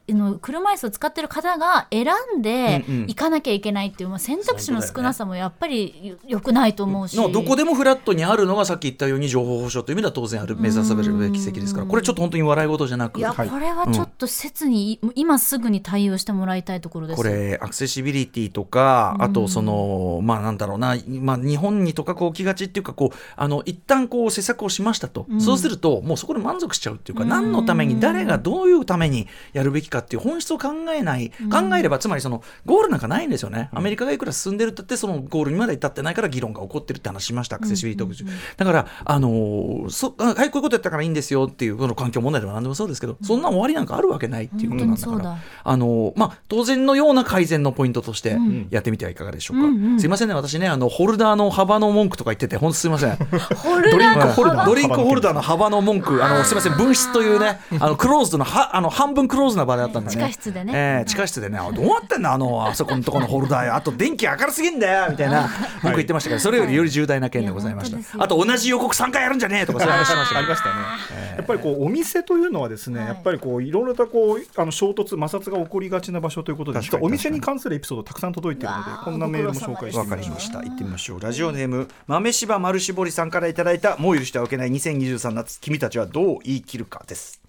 [SPEAKER 2] あの車椅子を使ってる方が選んで
[SPEAKER 1] うんうん
[SPEAKER 2] 行かなきゃいけないっていう、まあ、選択肢の少なさもやっぱり良くないと思うし、
[SPEAKER 1] のどこでもフラットにあるのがさっき言ったように情報保障という意味では当然ある目指されるべき席ですからこれちょっと本当に笑い事じゃなく
[SPEAKER 2] いや、
[SPEAKER 3] はい
[SPEAKER 2] これはちょっと切に、今すぐに対応してもらいたいところです
[SPEAKER 1] これアクセシビリティとかあとそのまあなんだろうな、まあ、日本にとかこう来がちっていうかこうあの一旦こう施策をしましたと、そうするともうそこで満足しちゃうっていうか、何のために誰がどういうためにやるべきかっていう本質を考えない、考えればつまりそのゴールなんかないんですよね、アメリカがいくら進んでるとってそのゴールにまで至ってないから議論が起こってるって話しましたアクセシビリティ特集、だからあのーそあはいこういうことやったからいいんですよっていうこの環境問題でも何でもそうですけど、そんな終わりなんかあるわけないっていうことなんだから。
[SPEAKER 2] 本当にそうだ
[SPEAKER 1] あのまあ、当然のような改善のポイントとして
[SPEAKER 3] ん
[SPEAKER 1] やってみてはいかがでしょうか、
[SPEAKER 2] うんうん
[SPEAKER 1] すいませんね私ねあのホルダーの幅の文句とか言ってて本当すいません
[SPEAKER 2] ホル
[SPEAKER 1] ドリン
[SPEAKER 2] ダー
[SPEAKER 1] ク
[SPEAKER 2] の
[SPEAKER 1] ホル
[SPEAKER 2] 幅
[SPEAKER 1] ダードリンクホルダーの幅の文句あのすいません分室という ねあのクローズのはあの半分クローズな場であったんだね
[SPEAKER 2] 地下室でね
[SPEAKER 1] ええ地下室でねあどうなってんのあのあそこのところのホルダーよあと電気明るすぎんだよみたいな文句言ってましたけどそれよりより重大な件でございまし
[SPEAKER 2] いや本当です
[SPEAKER 1] た
[SPEAKER 2] よ
[SPEAKER 1] あと同じ予告3回やるんじゃねえとかそういう話しましたけど
[SPEAKER 3] ありましたね。やっぱりこうお店というのはですね、
[SPEAKER 2] はい
[SPEAKER 3] やっぱりこういろいろとこうあの衝突摩擦が起こりがちな場所ということで、
[SPEAKER 1] 確
[SPEAKER 3] ち
[SPEAKER 1] か
[SPEAKER 3] ょ
[SPEAKER 1] に
[SPEAKER 3] っとお店に関するエピソードたくさん届いているので
[SPEAKER 2] わ、あ
[SPEAKER 3] こんなメールも紹介して
[SPEAKER 1] わ
[SPEAKER 3] み
[SPEAKER 1] か
[SPEAKER 3] ま
[SPEAKER 1] り
[SPEAKER 3] し
[SPEAKER 1] ました。行ってみましょう。ラジオネーム、豆柴丸絞りさんからいただいた、もう許してはいけない2023夏、君たちはどう言い切るかです。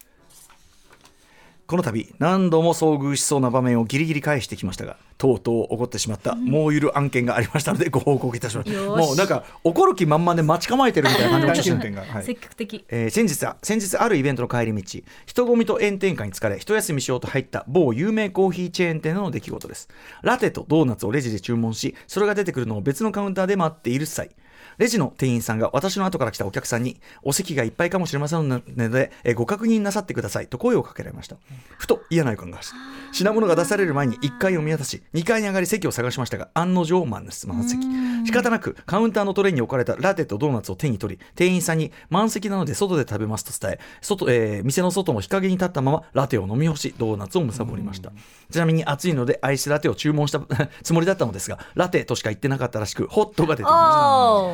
[SPEAKER 1] この度、何度も遭遇しそうな場面をギリギリ返してきましたが、とうとう怒ってしまった、もうゆる案件がありましたので、ご報告いたします。
[SPEAKER 2] よし
[SPEAKER 1] もうなんか、怒る気満々で待ち構えてるみたいな感じ
[SPEAKER 3] た。
[SPEAKER 1] が
[SPEAKER 3] 大
[SPEAKER 1] して
[SPEAKER 3] 進
[SPEAKER 1] る
[SPEAKER 3] 展が、はい。
[SPEAKER 2] 積極的
[SPEAKER 1] えー先日は先日あるイベントの帰り道人混みと炎天下に疲れ一休みしようと入った某有名コーヒーチェーン店での出来事ですラテとドーナツをレジで注文しそれが出てくるのを別のカウンターで待っている際レジの店員さんが私の後から来たお客さんにお席がいっぱいかもしれませんので、えーご確認なさってくださいと声をかけられましたふと嫌な予感が走り品物が出される前に1階を見渡し2階に上がり席を探しましたが案の定満室満席仕方なくカウンターのトレイに置かれたラテとドーナツを手に取り店員さんに満席なので外で食べますと伝え外、えー店の外の日陰に立ったままラテを飲み干しドーナツを貪りましたちなみに暑いのでアイスラテを注文したつもりだったのですがラテとしか言ってなかったらしくホットが出てきました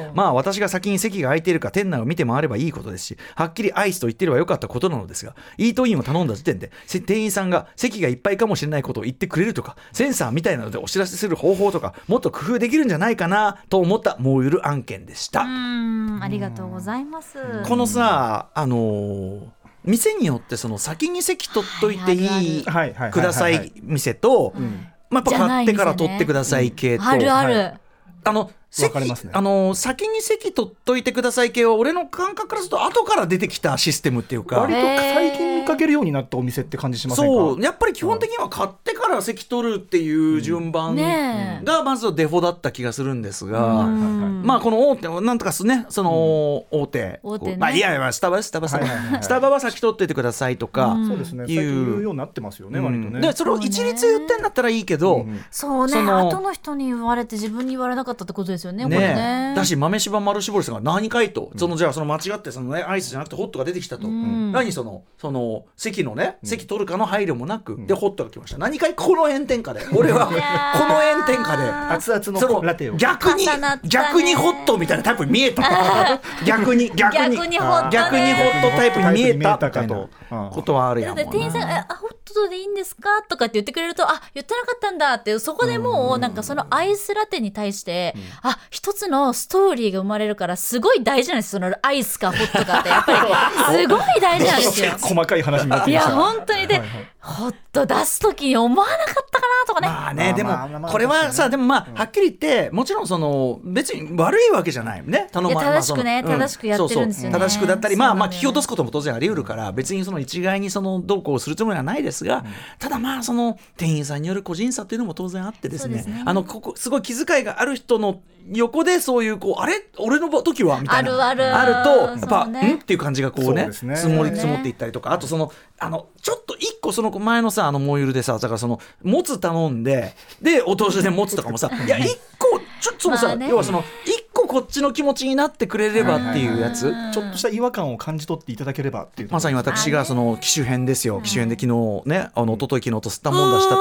[SPEAKER 2] おー
[SPEAKER 1] まあ私が先に席が空いているか店内を見て回ればいいことですしはっきりアイスと言ってればよかったことなのですがイートインを頼んだ時点でせ店員さんが席がいっぱいかもしれないことを言ってくれるとかセンサーみたいなのでお知らせする方法とかもっと工夫できるんじゃないかなと思ったもうゆる案件でした、
[SPEAKER 2] うーんありがとうございます
[SPEAKER 1] このさあのー店によってその先に席取っといてい
[SPEAKER 2] はい
[SPEAKER 1] い
[SPEAKER 3] はいはいはいはいはい
[SPEAKER 1] ください店と、まあ、やっぱ買ってから取ってください系と、
[SPEAKER 2] あるある、
[SPEAKER 3] は
[SPEAKER 1] あの
[SPEAKER 3] わかります
[SPEAKER 1] 席
[SPEAKER 3] ね
[SPEAKER 1] あの先に席取っといてください系は俺の感覚からすると後から出てきたシステムっていうか
[SPEAKER 3] 割と最近見かけるようになったお店って感じしませんか。
[SPEAKER 1] そうやっぱり基本的には買ってから席取るっていう順番
[SPEAKER 2] ねえ
[SPEAKER 1] がまずデフォだった気がするんですが。
[SPEAKER 3] はいはいはい
[SPEAKER 1] まあこの大手なんとかすねその大手、
[SPEAKER 2] 大手ね
[SPEAKER 1] こうまあいやいやスタバですスタバスタバ
[SPEAKER 3] はいはいはい
[SPEAKER 1] スタバは先取っててくださいとか、
[SPEAKER 2] うん
[SPEAKER 3] そうです
[SPEAKER 1] い
[SPEAKER 3] ね。
[SPEAKER 1] う
[SPEAKER 3] 最近言うようになってますよね、割と
[SPEAKER 1] うん
[SPEAKER 3] ね。
[SPEAKER 1] でそれを一律言ってんだったらいいけど、
[SPEAKER 3] うん
[SPEAKER 2] そうね
[SPEAKER 1] その
[SPEAKER 2] 後の人に言われて自分に言われなかったってことですですよね、これ
[SPEAKER 1] ね
[SPEAKER 2] ね。
[SPEAKER 1] だし豆柴丸絞りさんが何かいと、そのじゃあその間違ってその、ね、アイスじゃなくてホットが出てきたと、
[SPEAKER 2] ん
[SPEAKER 1] 何そのその席のね席取るかの配慮もなく、でホットが来ました何かいこの炎天 下で俺はこ
[SPEAKER 2] いやー
[SPEAKER 1] の炎天下で
[SPEAKER 3] 熱々
[SPEAKER 1] そ
[SPEAKER 3] の
[SPEAKER 1] の
[SPEAKER 3] ラテを
[SPEAKER 1] 逆に
[SPEAKER 2] 重なったね
[SPEAKER 1] 逆にホットみたいなタイプに見え た逆に逆に
[SPEAKER 2] 逆にホットね
[SPEAKER 1] 逆にホットタイプに見えたみたいな
[SPEAKER 3] うん
[SPEAKER 1] ことはあるや
[SPEAKER 2] だ
[SPEAKER 1] ん
[SPEAKER 2] って
[SPEAKER 1] もうな
[SPEAKER 2] 店員さんがえ「あホットドッグでいいんですか?」とかって言ってくれると「あ言ってなかったんだ」ってそこでもうなんかそのアイスラテに対して、あ一つのストーリーが生まれるからすごい大事なんですそのアイスかホットかってやっぱ りすごい大事なんですよ。
[SPEAKER 3] 細かい話になって
[SPEAKER 2] い
[SPEAKER 3] きまし
[SPEAKER 2] や
[SPEAKER 3] た。
[SPEAKER 2] 本当にで、ホット出す時に思わなかったかなとかね、
[SPEAKER 1] まあね、
[SPEAKER 3] まあ
[SPEAKER 1] で
[SPEAKER 3] まあま
[SPEAKER 1] も、
[SPEAKER 3] あ
[SPEAKER 1] これはさ、
[SPEAKER 3] 確
[SPEAKER 1] でもまあ、はっきり言って、もちろんその、別に悪いわけじゃないね、頼ま
[SPEAKER 2] いや正しくね
[SPEAKER 1] まあその
[SPEAKER 2] 正しくやってるんですよ
[SPEAKER 1] そ
[SPEAKER 2] ね
[SPEAKER 1] うそう正しくだったり、
[SPEAKER 2] そうな
[SPEAKER 1] まあ
[SPEAKER 2] んだよね
[SPEAKER 1] まあ、聞き落とすことも当然あり得るから、別にその一概にその、どうこうするつもりはないですが、ただまあ、その、店員さんによる個人差っていうのも当然あってです
[SPEAKER 2] そうですね
[SPEAKER 1] ね、あの、ここ、すごい気遣いがある人の、横でそういうこうあれ俺の時はみたいな
[SPEAKER 2] あるある
[SPEAKER 1] とやっぱ、
[SPEAKER 2] そうね
[SPEAKER 1] んっていう感じがこう
[SPEAKER 3] そう
[SPEAKER 1] ね
[SPEAKER 3] ですね
[SPEAKER 1] 積もり積もっていったりとかあとそのあのちょっと一個その前のさあのモーユルでさだからそのもつ頼んででお通しでもつとかも さいや一個ちょっとそのさ、
[SPEAKER 2] まあね
[SPEAKER 1] 要はその一個こっちの気持ちになってくれればっていうやつ、
[SPEAKER 3] ちょっとした違和感を感じ取っていただければっていうところ。
[SPEAKER 1] まさに私
[SPEAKER 2] あ
[SPEAKER 1] が
[SPEAKER 2] ね
[SPEAKER 1] その機種編ですよ、機種編で昨日ね、あの一昨日昨日と吸ったもんだした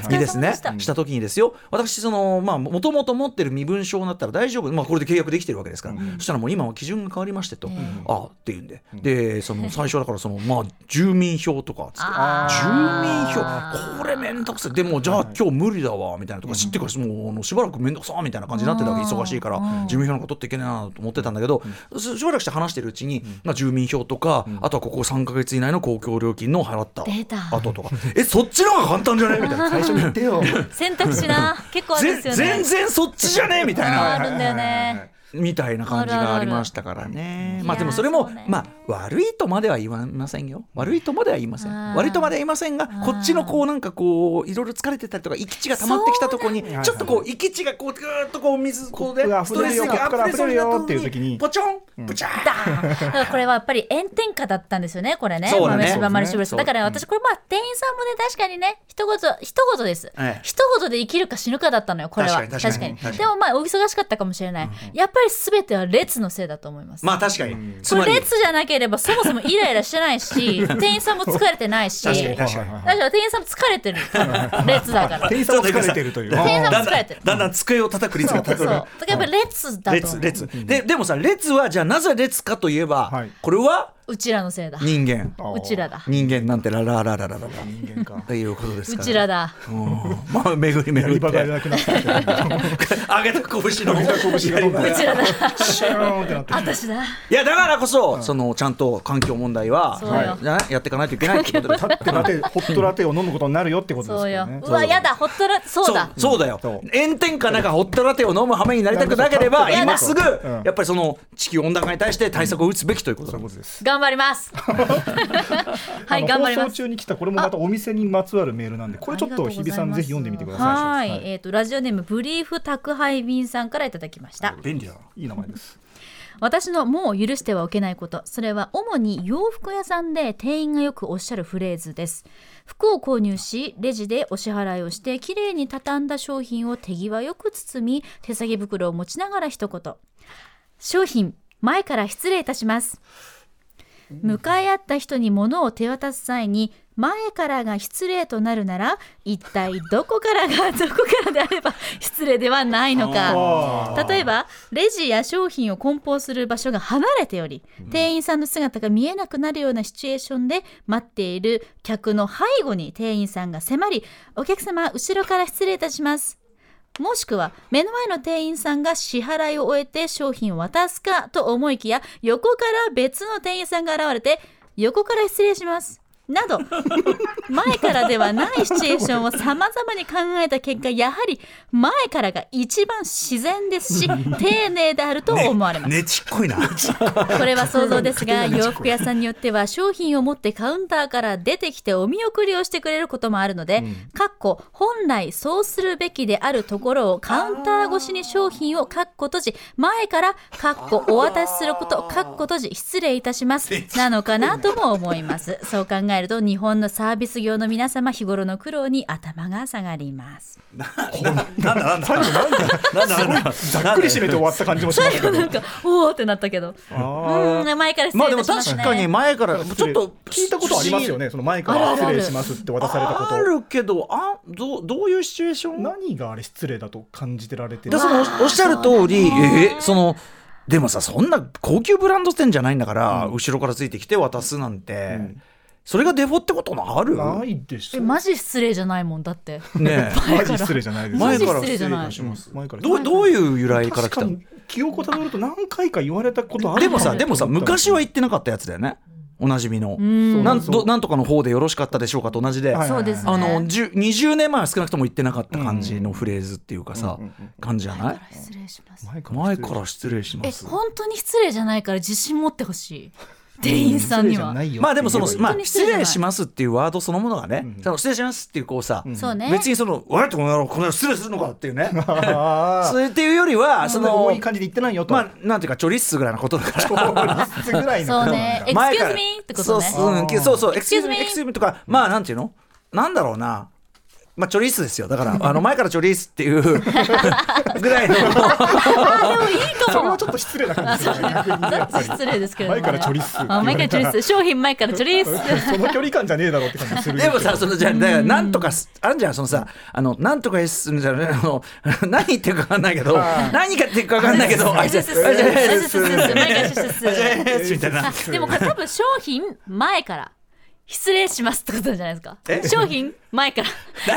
[SPEAKER 1] 時にです
[SPEAKER 2] うんお疲れ様
[SPEAKER 1] ね
[SPEAKER 2] でした、
[SPEAKER 1] した時にですよ、私、そのまあもともと持ってる身分証になったら大丈夫、まあ、これで契約できてるわけですから、そしたらもう今は基準が変わりましてと、ああっていうんで、で、その最初だからその、まあ、住民票とかつって。
[SPEAKER 2] あ
[SPEAKER 1] 住民票
[SPEAKER 2] ー
[SPEAKER 1] これめんどくさいでもじゃあ今日無理だわみたいなとか知ってからもうあのしばらくめんどくさーみたいな感じになってたわけ
[SPEAKER 2] うん
[SPEAKER 1] 忙しいから
[SPEAKER 2] うん
[SPEAKER 1] 住民票なんか取っていけないなと思ってたんだけどししばらくして話してるうちにまあ住民票とかあとはここ3か月以内の公共料金の払った
[SPEAKER 2] 出た
[SPEAKER 1] 後とかえそっちの方が簡単じゃね みたいな
[SPEAKER 3] 最初に言って よ。
[SPEAKER 2] 選択 肢な結構あるん
[SPEAKER 1] ぜ
[SPEAKER 2] ですよね
[SPEAKER 1] 全然そっちじゃねみたい
[SPEAKER 2] あ
[SPEAKER 1] な
[SPEAKER 2] ーあるんだよね
[SPEAKER 1] みたいな感じがありましたからね。まあでもそれ
[SPEAKER 2] いや
[SPEAKER 1] も
[SPEAKER 2] ーそうね
[SPEAKER 1] まあ悪いとまでは言わませんよ。悪いとまでは言いませ
[SPEAKER 2] あ
[SPEAKER 1] ん。
[SPEAKER 2] ー
[SPEAKER 1] 悪いとまでは言いませんが、こっちのこうなんかこういろいろ疲れてたりとか行き地が溜まってきたところに
[SPEAKER 3] そうなんだ
[SPEAKER 1] ちょっとこう行き地がこうぐーっとこう水こうで
[SPEAKER 3] コップが
[SPEAKER 1] ス
[SPEAKER 3] 溢
[SPEAKER 1] ト
[SPEAKER 3] れ
[SPEAKER 1] レ
[SPEAKER 3] る
[SPEAKER 1] ス
[SPEAKER 3] よ
[SPEAKER 1] が溢れそうになった
[SPEAKER 3] コップが溢れるよっていう時に
[SPEAKER 1] ポチョンブチャーン。
[SPEAKER 2] だからこれはやっぱり炎天下だったんですよね、これね。
[SPEAKER 1] そうだね
[SPEAKER 2] 豆柴丸絞り
[SPEAKER 1] そう
[SPEAKER 2] さ
[SPEAKER 1] んだ
[SPEAKER 2] だ
[SPEAKER 1] ね
[SPEAKER 2] から私、これまあ、店員さんもね、確かにね、一言、一言です。
[SPEAKER 1] ええ
[SPEAKER 2] 一言で生きるか死ぬかだったのよ、これは。
[SPEAKER 1] 確かに確かに確かに
[SPEAKER 2] でもまあ、お忙しかったかもしれない。やっぱり全ては列のせいだと思います。
[SPEAKER 1] まあ確かに。つ
[SPEAKER 2] こ
[SPEAKER 1] ま
[SPEAKER 2] れ
[SPEAKER 1] り
[SPEAKER 2] 列じゃなければ、そもそもイライラしてな いし、店員さんも疲れてないし、だ
[SPEAKER 1] 確かに
[SPEAKER 2] か
[SPEAKER 1] 確かに。
[SPEAKER 2] ら店員さんも疲れてる。列だから。
[SPEAKER 3] 店員さんも疲れてるという。
[SPEAKER 1] だ
[SPEAKER 2] 員さんも
[SPEAKER 1] ん
[SPEAKER 2] 疲
[SPEAKER 1] だ
[SPEAKER 2] れ
[SPEAKER 1] ん
[SPEAKER 2] てる
[SPEAKER 1] だんだん机を叩く率
[SPEAKER 2] そう
[SPEAKER 1] が
[SPEAKER 2] そう。だ
[SPEAKER 1] 高
[SPEAKER 2] か
[SPEAKER 1] く
[SPEAKER 2] ら
[SPEAKER 1] なる
[SPEAKER 2] や。っぱり列だと思
[SPEAKER 1] 列
[SPEAKER 2] う。
[SPEAKER 1] 列ででもさ列はじゃあなぜ列かといえば
[SPEAKER 3] はい
[SPEAKER 1] これは
[SPEAKER 2] うちらのせいだ。
[SPEAKER 1] 人間
[SPEAKER 3] あー
[SPEAKER 2] うちらだ。
[SPEAKER 1] 人間なんてラララララララ
[SPEAKER 3] 人間か。
[SPEAKER 1] ということです
[SPEAKER 2] う
[SPEAKER 1] から。
[SPEAKER 2] ちらだ。
[SPEAKER 1] うんまあ巡り巡
[SPEAKER 3] やり
[SPEAKER 1] り
[SPEAKER 3] 場
[SPEAKER 1] っ
[SPEAKER 3] が
[SPEAKER 1] て
[SPEAKER 3] なくなったみたいな。
[SPEAKER 1] 上げた拳の
[SPEAKER 3] 拳が
[SPEAKER 1] やり場
[SPEAKER 2] うちらだ。
[SPEAKER 3] シャーンってなってる。
[SPEAKER 2] 私だ。
[SPEAKER 1] いやだからこそそのちゃんと環境問題は
[SPEAKER 2] そうよ
[SPEAKER 1] ねやっていかないといけないってことで
[SPEAKER 3] 立ってラテ、ホットラテを飲むことになるよってことです
[SPEAKER 2] そう
[SPEAKER 3] よ
[SPEAKER 2] よ
[SPEAKER 3] ね。。
[SPEAKER 2] うわ、やだ、ほっとら、そうだ。
[SPEAKER 1] そうそうだよ
[SPEAKER 3] そう
[SPEAKER 1] 炎天下なんかホットラテを飲む羽目になりたくなければ
[SPEAKER 2] やだ
[SPEAKER 1] 今すぐ
[SPEAKER 3] うん
[SPEAKER 1] やっぱりその地球温暖化に対して対策を打つべきということ
[SPEAKER 3] そう
[SPEAKER 1] だ
[SPEAKER 3] いうことです。
[SPEAKER 2] 頑張り ます。は
[SPEAKER 3] あ
[SPEAKER 2] い、
[SPEAKER 3] の
[SPEAKER 2] 頑張り
[SPEAKER 3] 放
[SPEAKER 2] ま
[SPEAKER 3] 送
[SPEAKER 2] す。
[SPEAKER 3] 中に来たこれもまたお店にまつわるメールなんで、これちょっと日比さんぜひ読んでみてくださ。
[SPEAKER 2] はいい、えっ、とラジオネームブリーフ宅配便さんからいただきました。
[SPEAKER 1] 便利だない
[SPEAKER 3] い名前です。
[SPEAKER 2] 私のもう許してはおけないことそれは主に洋服屋さんで店員がよくおっしゃるフレーズです服を購入しレジでお支払いをしてきれいに畳んだ商品を手際よく包み手提げ袋を持ちながら一言商品前から失礼いたします向かい合った人に物を手渡す際に前からが失礼となるなら一体どこからがどこからであれば失礼ではないのか
[SPEAKER 3] あ
[SPEAKER 2] 例えばレジや商品を梱包する場所が離れており、店員さんの姿が見えなくなるようなシチュエーションで待っている客の背後に店員さんが迫りお客様後ろから失礼いたしますもしくは目の前の店員さんが支払いを終えて商品を渡すかと思いきや横から別の店員さんが現れて横から失礼しますなど 前からではないシチュエーションをさまざまに考えた結果やはり前からが一番自然ですし丁寧であると思われます、
[SPEAKER 1] ねちっこいな
[SPEAKER 2] これは想像ですが
[SPEAKER 3] 勝手に
[SPEAKER 2] 洋服屋さんによっては商品を持ってカウンターから出てきてお見送りをしてくれることもあるので、かっこ本来そうするべきであるところをカウンター越しに商品をかっこ閉じ前からかっこお渡しすることかっこ閉じ失礼いたしますなのかなとも思いますそう考ええると日本のサービス業の皆様日頃の苦労に頭が下がります。
[SPEAKER 1] なんだなんだ
[SPEAKER 3] 最後なんか
[SPEAKER 1] なんだなんだ
[SPEAKER 3] ざっくり締めて終わった感じもします
[SPEAKER 2] 最
[SPEAKER 3] け
[SPEAKER 2] 後
[SPEAKER 3] ど。
[SPEAKER 2] なんかおーってなったけど。
[SPEAKER 3] あー
[SPEAKER 2] うん前から失
[SPEAKER 1] まあで
[SPEAKER 2] 礼
[SPEAKER 1] も
[SPEAKER 2] いたしました
[SPEAKER 1] 確
[SPEAKER 2] ね。
[SPEAKER 1] かに前から
[SPEAKER 3] 失
[SPEAKER 1] ちょっ
[SPEAKER 3] 礼
[SPEAKER 1] と
[SPEAKER 3] 聞いたことありますよね。その前から失礼しますって渡されたこと。
[SPEAKER 1] あるけどあどうどういうシチュエーション
[SPEAKER 3] 何があれ失礼だと感じてられて
[SPEAKER 1] だ
[SPEAKER 3] る
[SPEAKER 1] からそのおっしゃる通り、えーそのでもさそんな高級ブランド店じゃないんだから、後ろからついてきて渡すなんて、
[SPEAKER 3] ん
[SPEAKER 1] それがデフォってことのある
[SPEAKER 3] ないでし
[SPEAKER 2] え
[SPEAKER 3] ょ。
[SPEAKER 2] マジ失礼じゃないもんだって。
[SPEAKER 1] ね え
[SPEAKER 3] マジ失礼じゃないです。
[SPEAKER 1] 前から
[SPEAKER 2] 失礼じゃない
[SPEAKER 1] 失礼がします
[SPEAKER 3] 前から
[SPEAKER 1] どうどういう由来から来
[SPEAKER 3] 確
[SPEAKER 1] た
[SPEAKER 3] かに記憶をたどると何回か言われたことある
[SPEAKER 1] でもさでもさ昔は
[SPEAKER 3] 言
[SPEAKER 1] 言ってなかったやつだよねおなじみの、
[SPEAKER 2] うん。
[SPEAKER 1] なんん
[SPEAKER 3] そう
[SPEAKER 1] どなんとかの方でよろしかったでしょうかと同じで、
[SPEAKER 2] そうですね。
[SPEAKER 1] あの10 20年前は少なくとも言ってなかった感じのフレーズっていうかさ、
[SPEAKER 3] うんうんうん
[SPEAKER 1] 感じじゃない
[SPEAKER 2] 失礼します。
[SPEAKER 3] 前から
[SPEAKER 1] 前から失礼しま
[SPEAKER 2] え
[SPEAKER 1] す
[SPEAKER 2] 本当に失礼じゃないから自信持ってほしい。店員さんには。
[SPEAKER 1] まあでもその、まあ、
[SPEAKER 2] 本当に失
[SPEAKER 1] 失
[SPEAKER 2] 礼じゃない
[SPEAKER 1] 礼しますっていうワードそのものがね、
[SPEAKER 3] うん
[SPEAKER 1] その失礼しますっていうこうさ、
[SPEAKER 2] そうね。
[SPEAKER 1] 別にその「われってこの野郎この野郎失礼するのか」っていうね
[SPEAKER 3] あ
[SPEAKER 1] それっていうよりは
[SPEAKER 3] あ
[SPEAKER 1] そ
[SPEAKER 3] そ
[SPEAKER 1] の
[SPEAKER 3] のいい感じで言ってないよと、
[SPEAKER 1] まあなんていうかチョリッスぐらいのことだから。
[SPEAKER 3] ぐらいの
[SPEAKER 2] そうね。エク
[SPEAKER 1] 前
[SPEAKER 2] スキュ
[SPEAKER 1] か
[SPEAKER 2] ー
[SPEAKER 1] ら
[SPEAKER 2] ズミーってことね。
[SPEAKER 1] そうそう,、うん、けそうそう
[SPEAKER 2] Excuse
[SPEAKER 1] excuse
[SPEAKER 2] me
[SPEAKER 1] me excuse me とかまあなんていうのなんだろうなまあチョリースですよだからあの前からチョリースっていうぐらいの
[SPEAKER 2] あでもいいか
[SPEAKER 3] それ
[SPEAKER 2] も
[SPEAKER 3] はち。ょっと失礼な感
[SPEAKER 2] あ
[SPEAKER 3] じ
[SPEAKER 2] そう
[SPEAKER 3] です
[SPEAKER 2] ね
[SPEAKER 3] ね逆にね
[SPEAKER 2] だ
[SPEAKER 3] や
[SPEAKER 2] っ
[SPEAKER 3] ってぱ
[SPEAKER 2] 失礼ですけれども、ね。
[SPEAKER 3] 前からチョリス
[SPEAKER 2] あ前からチョリス。商品前からチョリス。
[SPEAKER 3] りその距離感じゃねえだろうって感じする
[SPEAKER 1] でもさそのじゃあだからなんとかすあるじゃんそのさあのなんとかですみたいなねあの何言ってるか分かんないけど
[SPEAKER 3] はい
[SPEAKER 1] 何かっていうか分かんないけどあい
[SPEAKER 2] す
[SPEAKER 1] つ
[SPEAKER 2] すすすすすすすす前からチョリス
[SPEAKER 1] あいつみたいな。
[SPEAKER 2] でもこれ多分商品前から失礼しますってことじゃないですか
[SPEAKER 1] え。
[SPEAKER 2] 商品前から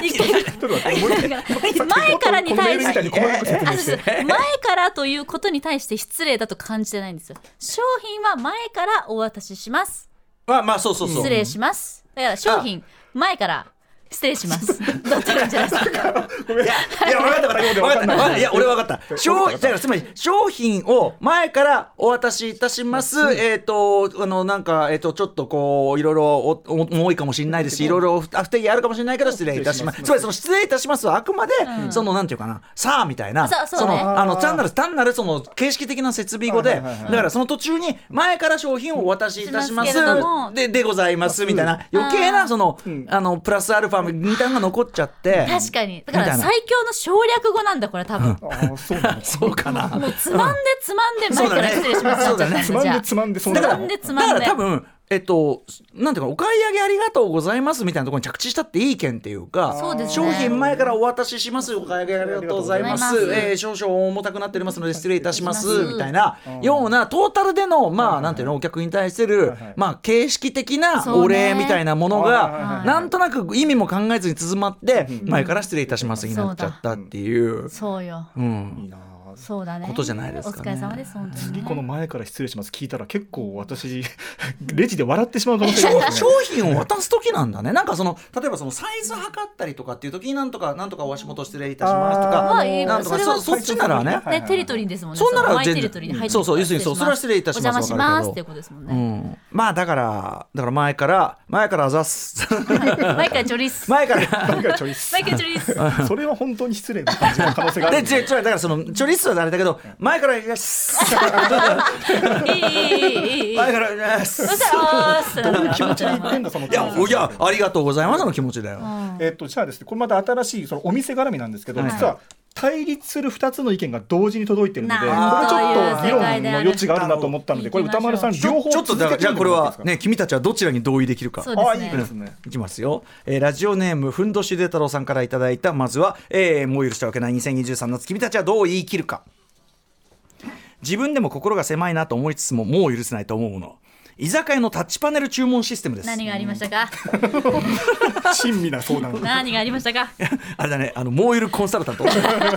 [SPEAKER 2] 一回
[SPEAKER 3] ちょっと待ってもう一回
[SPEAKER 2] 前からに対して
[SPEAKER 3] このメールみたいに細かく 説
[SPEAKER 2] あそう
[SPEAKER 3] 明して
[SPEAKER 2] です前からということに対して失礼だと感じてないんですよ商品は前からお渡しします
[SPEAKER 1] まあまあそうそうそう。
[SPEAKER 2] 失礼しますだから商品前から失礼しますだったらいいんじゃないですか
[SPEAKER 3] ごめん
[SPEAKER 1] いや、分かった、分かった、分かった、いや、俺分かった。商だから、つまり、商品を前からお渡しいたします。えっ、と、あの、なんか、えっ、と、ちょっと、こう、いろいろ、お、お、重いかもしれないですし、いろいろ、あ、不定義あるかもしれないけど、失礼いたします。つまり、その失礼いたしますは、あくまで、その、なんていうかな、さあみたいな。
[SPEAKER 2] そうそうね
[SPEAKER 1] の、あの、単なる、単なる、その、形式的な設備語で、
[SPEAKER 3] はいはいはいはい
[SPEAKER 1] だから、その途中に、前から商品をお渡しいたします
[SPEAKER 2] しますけれども。
[SPEAKER 1] で、でございますみたいな、余計な、その、あの、プラスアルファみたいなのが残っちゃって。
[SPEAKER 2] 確かにだか
[SPEAKER 1] みた
[SPEAKER 2] ら
[SPEAKER 1] いな
[SPEAKER 2] 最強の省略語なんだこれ多分
[SPEAKER 3] ああそうなの
[SPEAKER 1] そうかな。
[SPEAKER 2] もうつまんでつまんで前から失礼します
[SPEAKER 1] そう
[SPEAKER 2] になっ
[SPEAKER 1] だ
[SPEAKER 2] ちゃ
[SPEAKER 1] ね
[SPEAKER 2] っ
[SPEAKER 3] つ
[SPEAKER 2] た
[SPEAKER 3] まん
[SPEAKER 2] じゃ
[SPEAKER 3] で
[SPEAKER 2] あ
[SPEAKER 3] つまんでそん
[SPEAKER 1] だ
[SPEAKER 3] な
[SPEAKER 1] から
[SPEAKER 2] つまんでつま
[SPEAKER 1] だ
[SPEAKER 2] ん
[SPEAKER 1] か
[SPEAKER 2] で
[SPEAKER 1] ら多分えっとなんていうかお買い上げありがとうございますみたいなところに着地したっていい件っていうか
[SPEAKER 2] そうですね
[SPEAKER 1] 商品前からお渡ししますお買い上げありがとうございます
[SPEAKER 2] ありがとうござい
[SPEAKER 1] えー少々重たくなっておりますので失礼いたしま
[SPEAKER 2] 失礼いたし
[SPEAKER 1] す
[SPEAKER 2] ます
[SPEAKER 1] みたいなようなトータルでのまあなんていうのお客に対する
[SPEAKER 3] はい
[SPEAKER 1] まあ形式的な
[SPEAKER 2] そうね
[SPEAKER 1] お礼みたいなもの
[SPEAKER 3] はい
[SPEAKER 2] はいは
[SPEAKER 1] が
[SPEAKER 2] い
[SPEAKER 1] なんとなく意味も考えずに続まって前から失礼いたしますになっちゃったっていう
[SPEAKER 2] そうよ
[SPEAKER 1] うん
[SPEAKER 3] いいなあ
[SPEAKER 2] そうだね
[SPEAKER 1] ことじゃないですかね
[SPEAKER 2] お疲れ様です本当に
[SPEAKER 3] 次
[SPEAKER 2] ね
[SPEAKER 3] この前から失礼します聞いたら結構私 レジで笑ってしまう可能性
[SPEAKER 1] 商
[SPEAKER 3] があります
[SPEAKER 1] 商
[SPEAKER 3] ね
[SPEAKER 1] 品を渡す時なんだねなんかその例えばそのサイズ測ったりとかっていう時になんとかなんとかお足元失礼いたしますと
[SPEAKER 2] あー
[SPEAKER 1] か
[SPEAKER 2] まいい
[SPEAKER 1] なんとか
[SPEAKER 2] それは
[SPEAKER 1] そそっちならね
[SPEAKER 3] は。い
[SPEAKER 2] ね、テリトリーですもんね。
[SPEAKER 1] そんなら
[SPEAKER 2] のマイ
[SPEAKER 1] 全然
[SPEAKER 2] テリトリーに入って
[SPEAKER 1] そうそう要するにそうそれは失礼いたします
[SPEAKER 2] お邪魔しま
[SPEAKER 1] わ
[SPEAKER 2] すっ
[SPEAKER 1] か
[SPEAKER 2] てい
[SPEAKER 1] る
[SPEAKER 2] うことですもん
[SPEAKER 1] う
[SPEAKER 2] ね。
[SPEAKER 1] ん、まあだからだから前から前からあざっす
[SPEAKER 2] マイカチョリス。マ
[SPEAKER 1] 前 から
[SPEAKER 3] 前からチョイス
[SPEAKER 2] イカチョリス。
[SPEAKER 3] それは本当に失礼な感じの可能性があ
[SPEAKER 1] で
[SPEAKER 3] る
[SPEAKER 1] ちょちょだからそのチョリストはあれだけど前からいらっし
[SPEAKER 2] いいいいいいいいいい。
[SPEAKER 1] 前からいらっし
[SPEAKER 2] そしたらあーってな
[SPEAKER 3] どう
[SPEAKER 2] る
[SPEAKER 3] いう気持ちで言ってんだそ の
[SPEAKER 1] いやおいやありがとうございますの気持ちだよ、
[SPEAKER 3] えっとじゃあですねこれまた新しいそのお店絡みなんですけど、
[SPEAKER 1] はい
[SPEAKER 3] 実は対立する2つの意見が同時に届いてるのでこれちょ
[SPEAKER 2] な
[SPEAKER 1] るほど
[SPEAKER 3] っと議論の余地があるなと思ったのでこれ歌丸さん
[SPEAKER 1] ちょ
[SPEAKER 3] 両方
[SPEAKER 1] ちょっとだからじゃあこれはね君たちはどちらに同意できるか
[SPEAKER 2] そう
[SPEAKER 3] ああ
[SPEAKER 2] で
[SPEAKER 3] いい
[SPEAKER 2] すね
[SPEAKER 3] で。すね
[SPEAKER 1] いきますよ、えーラジオネームふんどしで太郎さんからいただいたまずは、えーもう許してはいけない2023の君たちはどう言い切るか自分でも心が狭いなと思いつつももう許せないと思うもの居酒屋のタッチパネル注文システムです
[SPEAKER 2] 何がありましたか。
[SPEAKER 3] 親身な相談
[SPEAKER 2] 何がありましたか。
[SPEAKER 1] あれだねあのもう許コンサル タント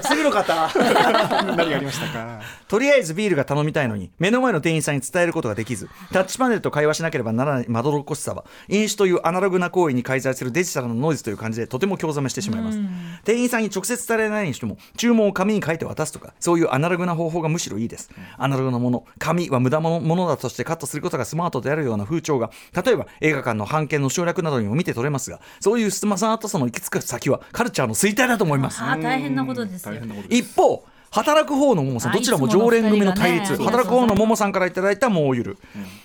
[SPEAKER 1] 次の方
[SPEAKER 3] 何がありましたか
[SPEAKER 1] とりあえずビールが頼みたいのに目の前の店員さんに伝えることができずタッチパネルと会話しなければならないまどろっこしさは飲酒というアナログな行為に介在するデジタルのノイズという感じでとても興ざめしてしまいます店員さんに直接伝えられないにしても注文を紙に書いて渡すとかそういうアナログな方法がむしろいいですアナログなもの紙は無駄なものだとしてカットすることがスマートであるような風潮が例えば映画館の版権の省略などにも見て取れますがそういうスマートさの行き着く先はカルチャーの衰退だと思います
[SPEAKER 2] あー大変なことですよ
[SPEAKER 3] 大。変なことです
[SPEAKER 1] 一方働く方のももさん
[SPEAKER 2] あ
[SPEAKER 1] どちらも常連組の対
[SPEAKER 2] いつもの二人
[SPEAKER 1] 立
[SPEAKER 2] がね
[SPEAKER 1] 働く方のももさんからいただいたもうゆる、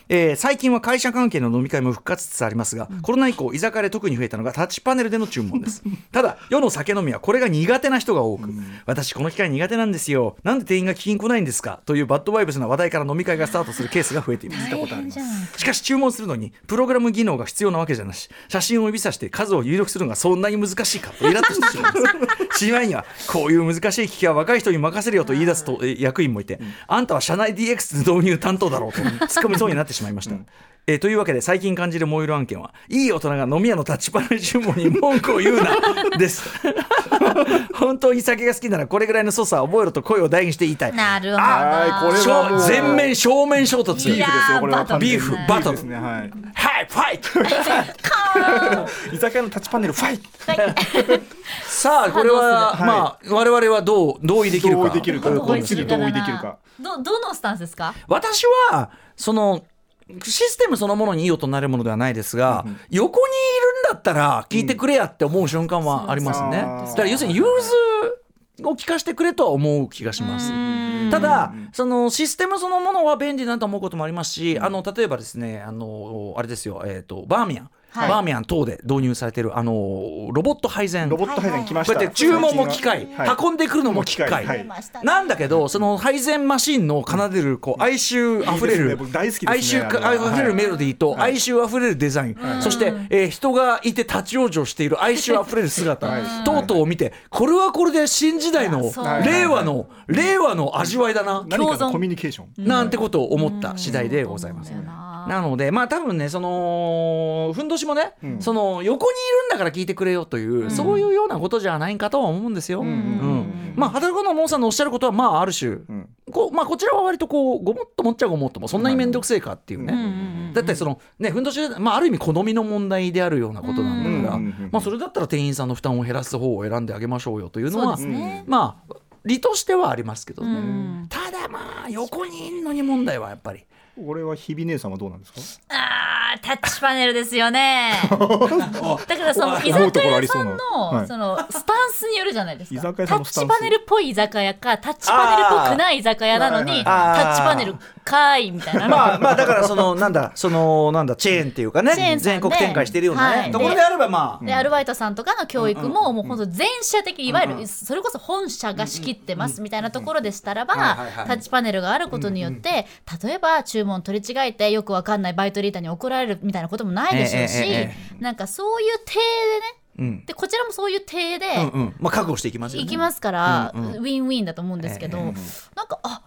[SPEAKER 1] えー最近は会社関係の飲み会も復活しつつありますが、コロナ以降居酒屋で特に増えたのがタッチパネルでの注文です ただ世の酒飲みはこれが苦手な人が多く、私この機会苦手なんですよなんで店員が聞きに来ないんですかというバッドバイブスな話題から飲み会がスタートするケースが増えています
[SPEAKER 2] 大変じゃん
[SPEAKER 1] しかし注文するのにプログラム技能が必要なわけじゃなし写真を指さして数を入力するのがそんなに難しいかとイラッとしてしまいます しまいにはこういう難しい機器は若い人に任せるよと言い出すとえ役員もいて、あんたは社内 DX 導入担当だろうと突っ込みそうになってしまいました。えーというわけで最近感じる燃える案件はいい大人が飲み屋の立ちっぱなし注文に文句を言うな です 本当に酒が好きならこれぐらいの操作は覚えろと声を大にして言いたい
[SPEAKER 2] なるほど。
[SPEAKER 3] はいこれ
[SPEAKER 1] しょ
[SPEAKER 3] はもう
[SPEAKER 1] 全面正面衝突
[SPEAKER 2] いやー
[SPEAKER 3] これは完全に
[SPEAKER 1] ビーフバトル
[SPEAKER 3] ビーフですねはい
[SPEAKER 1] はいファイト
[SPEAKER 3] 居酒屋のタッチパネルファイ
[SPEAKER 1] さあこれは、
[SPEAKER 3] する
[SPEAKER 1] まあ我々はどう同意できるか
[SPEAKER 3] 同意できるか
[SPEAKER 1] ということ
[SPEAKER 3] 同
[SPEAKER 1] で
[SPEAKER 3] 意
[SPEAKER 1] す
[SPEAKER 3] す
[SPEAKER 1] け
[SPEAKER 3] る
[SPEAKER 1] ど
[SPEAKER 3] 同意できるか
[SPEAKER 2] どどのスタンスですか
[SPEAKER 1] 私はそのシステムそのものにいい音になるものではないですが、横にいるんだったら聞いてくれやって思う瞬間はありますね、
[SPEAKER 3] うん
[SPEAKER 1] だから要するに融通を聞かせてくれとは思う気がします、ただそのシステムそのものは便利だなと思うこともありますし、あの例えばですねあのあれですよ、えー、とバーミヤン、
[SPEAKER 2] はい
[SPEAKER 1] バーミヤン等で導入されてるあのロボット配膳
[SPEAKER 3] ロボット配膳来まし
[SPEAKER 1] こう
[SPEAKER 3] た
[SPEAKER 1] やって注文も機械、
[SPEAKER 3] はい
[SPEAKER 1] 運んでくるのも機械、
[SPEAKER 3] はい
[SPEAKER 2] 出ましたね
[SPEAKER 1] なんだけどその配膳マシンの奏でるこう哀愁あふれ
[SPEAKER 3] いいですね
[SPEAKER 1] る
[SPEAKER 3] 僕大好きですね
[SPEAKER 1] 哀愁か
[SPEAKER 3] あ
[SPEAKER 1] あ
[SPEAKER 3] の
[SPEAKER 1] ふれるメロディーと
[SPEAKER 3] はい
[SPEAKER 1] 哀愁あふれるデザイン、そして、えー人がいて立ち往生している哀愁あふれる姿、
[SPEAKER 3] はい
[SPEAKER 1] とうとう見てこれはこれで新時代の
[SPEAKER 2] いやそう
[SPEAKER 1] 令和の令和の味わいだな。
[SPEAKER 3] 何か
[SPEAKER 2] 共存
[SPEAKER 3] のコミュニケーション
[SPEAKER 1] なんてことを思った次第でございます。
[SPEAKER 2] そうなんだよな
[SPEAKER 1] なのでまあ多分ねそのふんどしもね、
[SPEAKER 3] ん
[SPEAKER 1] その横にいるんだから聞いてくれよという、そういうようなことじゃないかとは思うんですよ。うんまあ働くのモンさんのおっしゃることはまあある種、
[SPEAKER 3] ん
[SPEAKER 1] こうまあ、こちらは割とこうごもっともっちゃごもっともそんなに面倒くせえかっていうね。だってそのねふんどし、まあ、ある意味好みの問題であるようなことなんだから、
[SPEAKER 3] うんうんうんうん
[SPEAKER 1] まあ、それだったら店員さんの負担を減らす方を選んであげましょうよというの
[SPEAKER 2] そう
[SPEAKER 1] は
[SPEAKER 2] ですね。
[SPEAKER 1] まあ理としてはありますけどね、
[SPEAKER 2] ん
[SPEAKER 1] ただまあ横にいんのに問題はやっぱり
[SPEAKER 3] これは日比姉さんはどうなんですか
[SPEAKER 2] あータッチパネルですよね。 だからその居
[SPEAKER 3] 思う
[SPEAKER 2] 酒
[SPEAKER 3] ところあ
[SPEAKER 2] 屋
[SPEAKER 3] りそ
[SPEAKER 2] さ
[SPEAKER 3] うんな
[SPEAKER 2] の、
[SPEAKER 3] はい
[SPEAKER 2] そのスタンスによるじゃないです
[SPEAKER 3] 居
[SPEAKER 2] か。
[SPEAKER 3] 酒屋
[SPEAKER 2] タ
[SPEAKER 3] さんの
[SPEAKER 2] ッ
[SPEAKER 3] スタン
[SPEAKER 2] チ
[SPEAKER 3] ス
[SPEAKER 2] パネルっぽい居酒屋かタッチパネルっぽくない居酒屋なのにタ
[SPEAKER 1] あー
[SPEAKER 2] ッチパネルかーいみたいな。
[SPEAKER 1] まあまあだからそのなんだそのなんだチェーンっていうかね
[SPEAKER 2] チェーンさ
[SPEAKER 1] 全
[SPEAKER 2] んで
[SPEAKER 1] 国展開しているようなね、
[SPEAKER 2] はい
[SPEAKER 1] ところであればまあ、
[SPEAKER 2] でアルバイトさんとかの教育ももうほんと全社的にいわゆるそれこそ本社が仕切ってますみたいなところでしたらば
[SPEAKER 1] はいはいはい
[SPEAKER 2] タッチパネルがあることによって例えば注文取り違えてよくわかんないバイトリーダーに怒られるみたいなこともないでしょ
[SPEAKER 1] ええ
[SPEAKER 2] う
[SPEAKER 1] ええ
[SPEAKER 2] し
[SPEAKER 1] え
[SPEAKER 2] なんかそういう体で
[SPEAKER 1] う
[SPEAKER 2] ね
[SPEAKER 1] ん
[SPEAKER 2] でこちらもそういう体で
[SPEAKER 1] うんうんまあ覚悟していきますよ
[SPEAKER 2] い
[SPEAKER 1] ね
[SPEAKER 2] きますからウ
[SPEAKER 1] うん
[SPEAKER 2] ィンウィンだと思うんですけど
[SPEAKER 1] ええ
[SPEAKER 2] なんかあ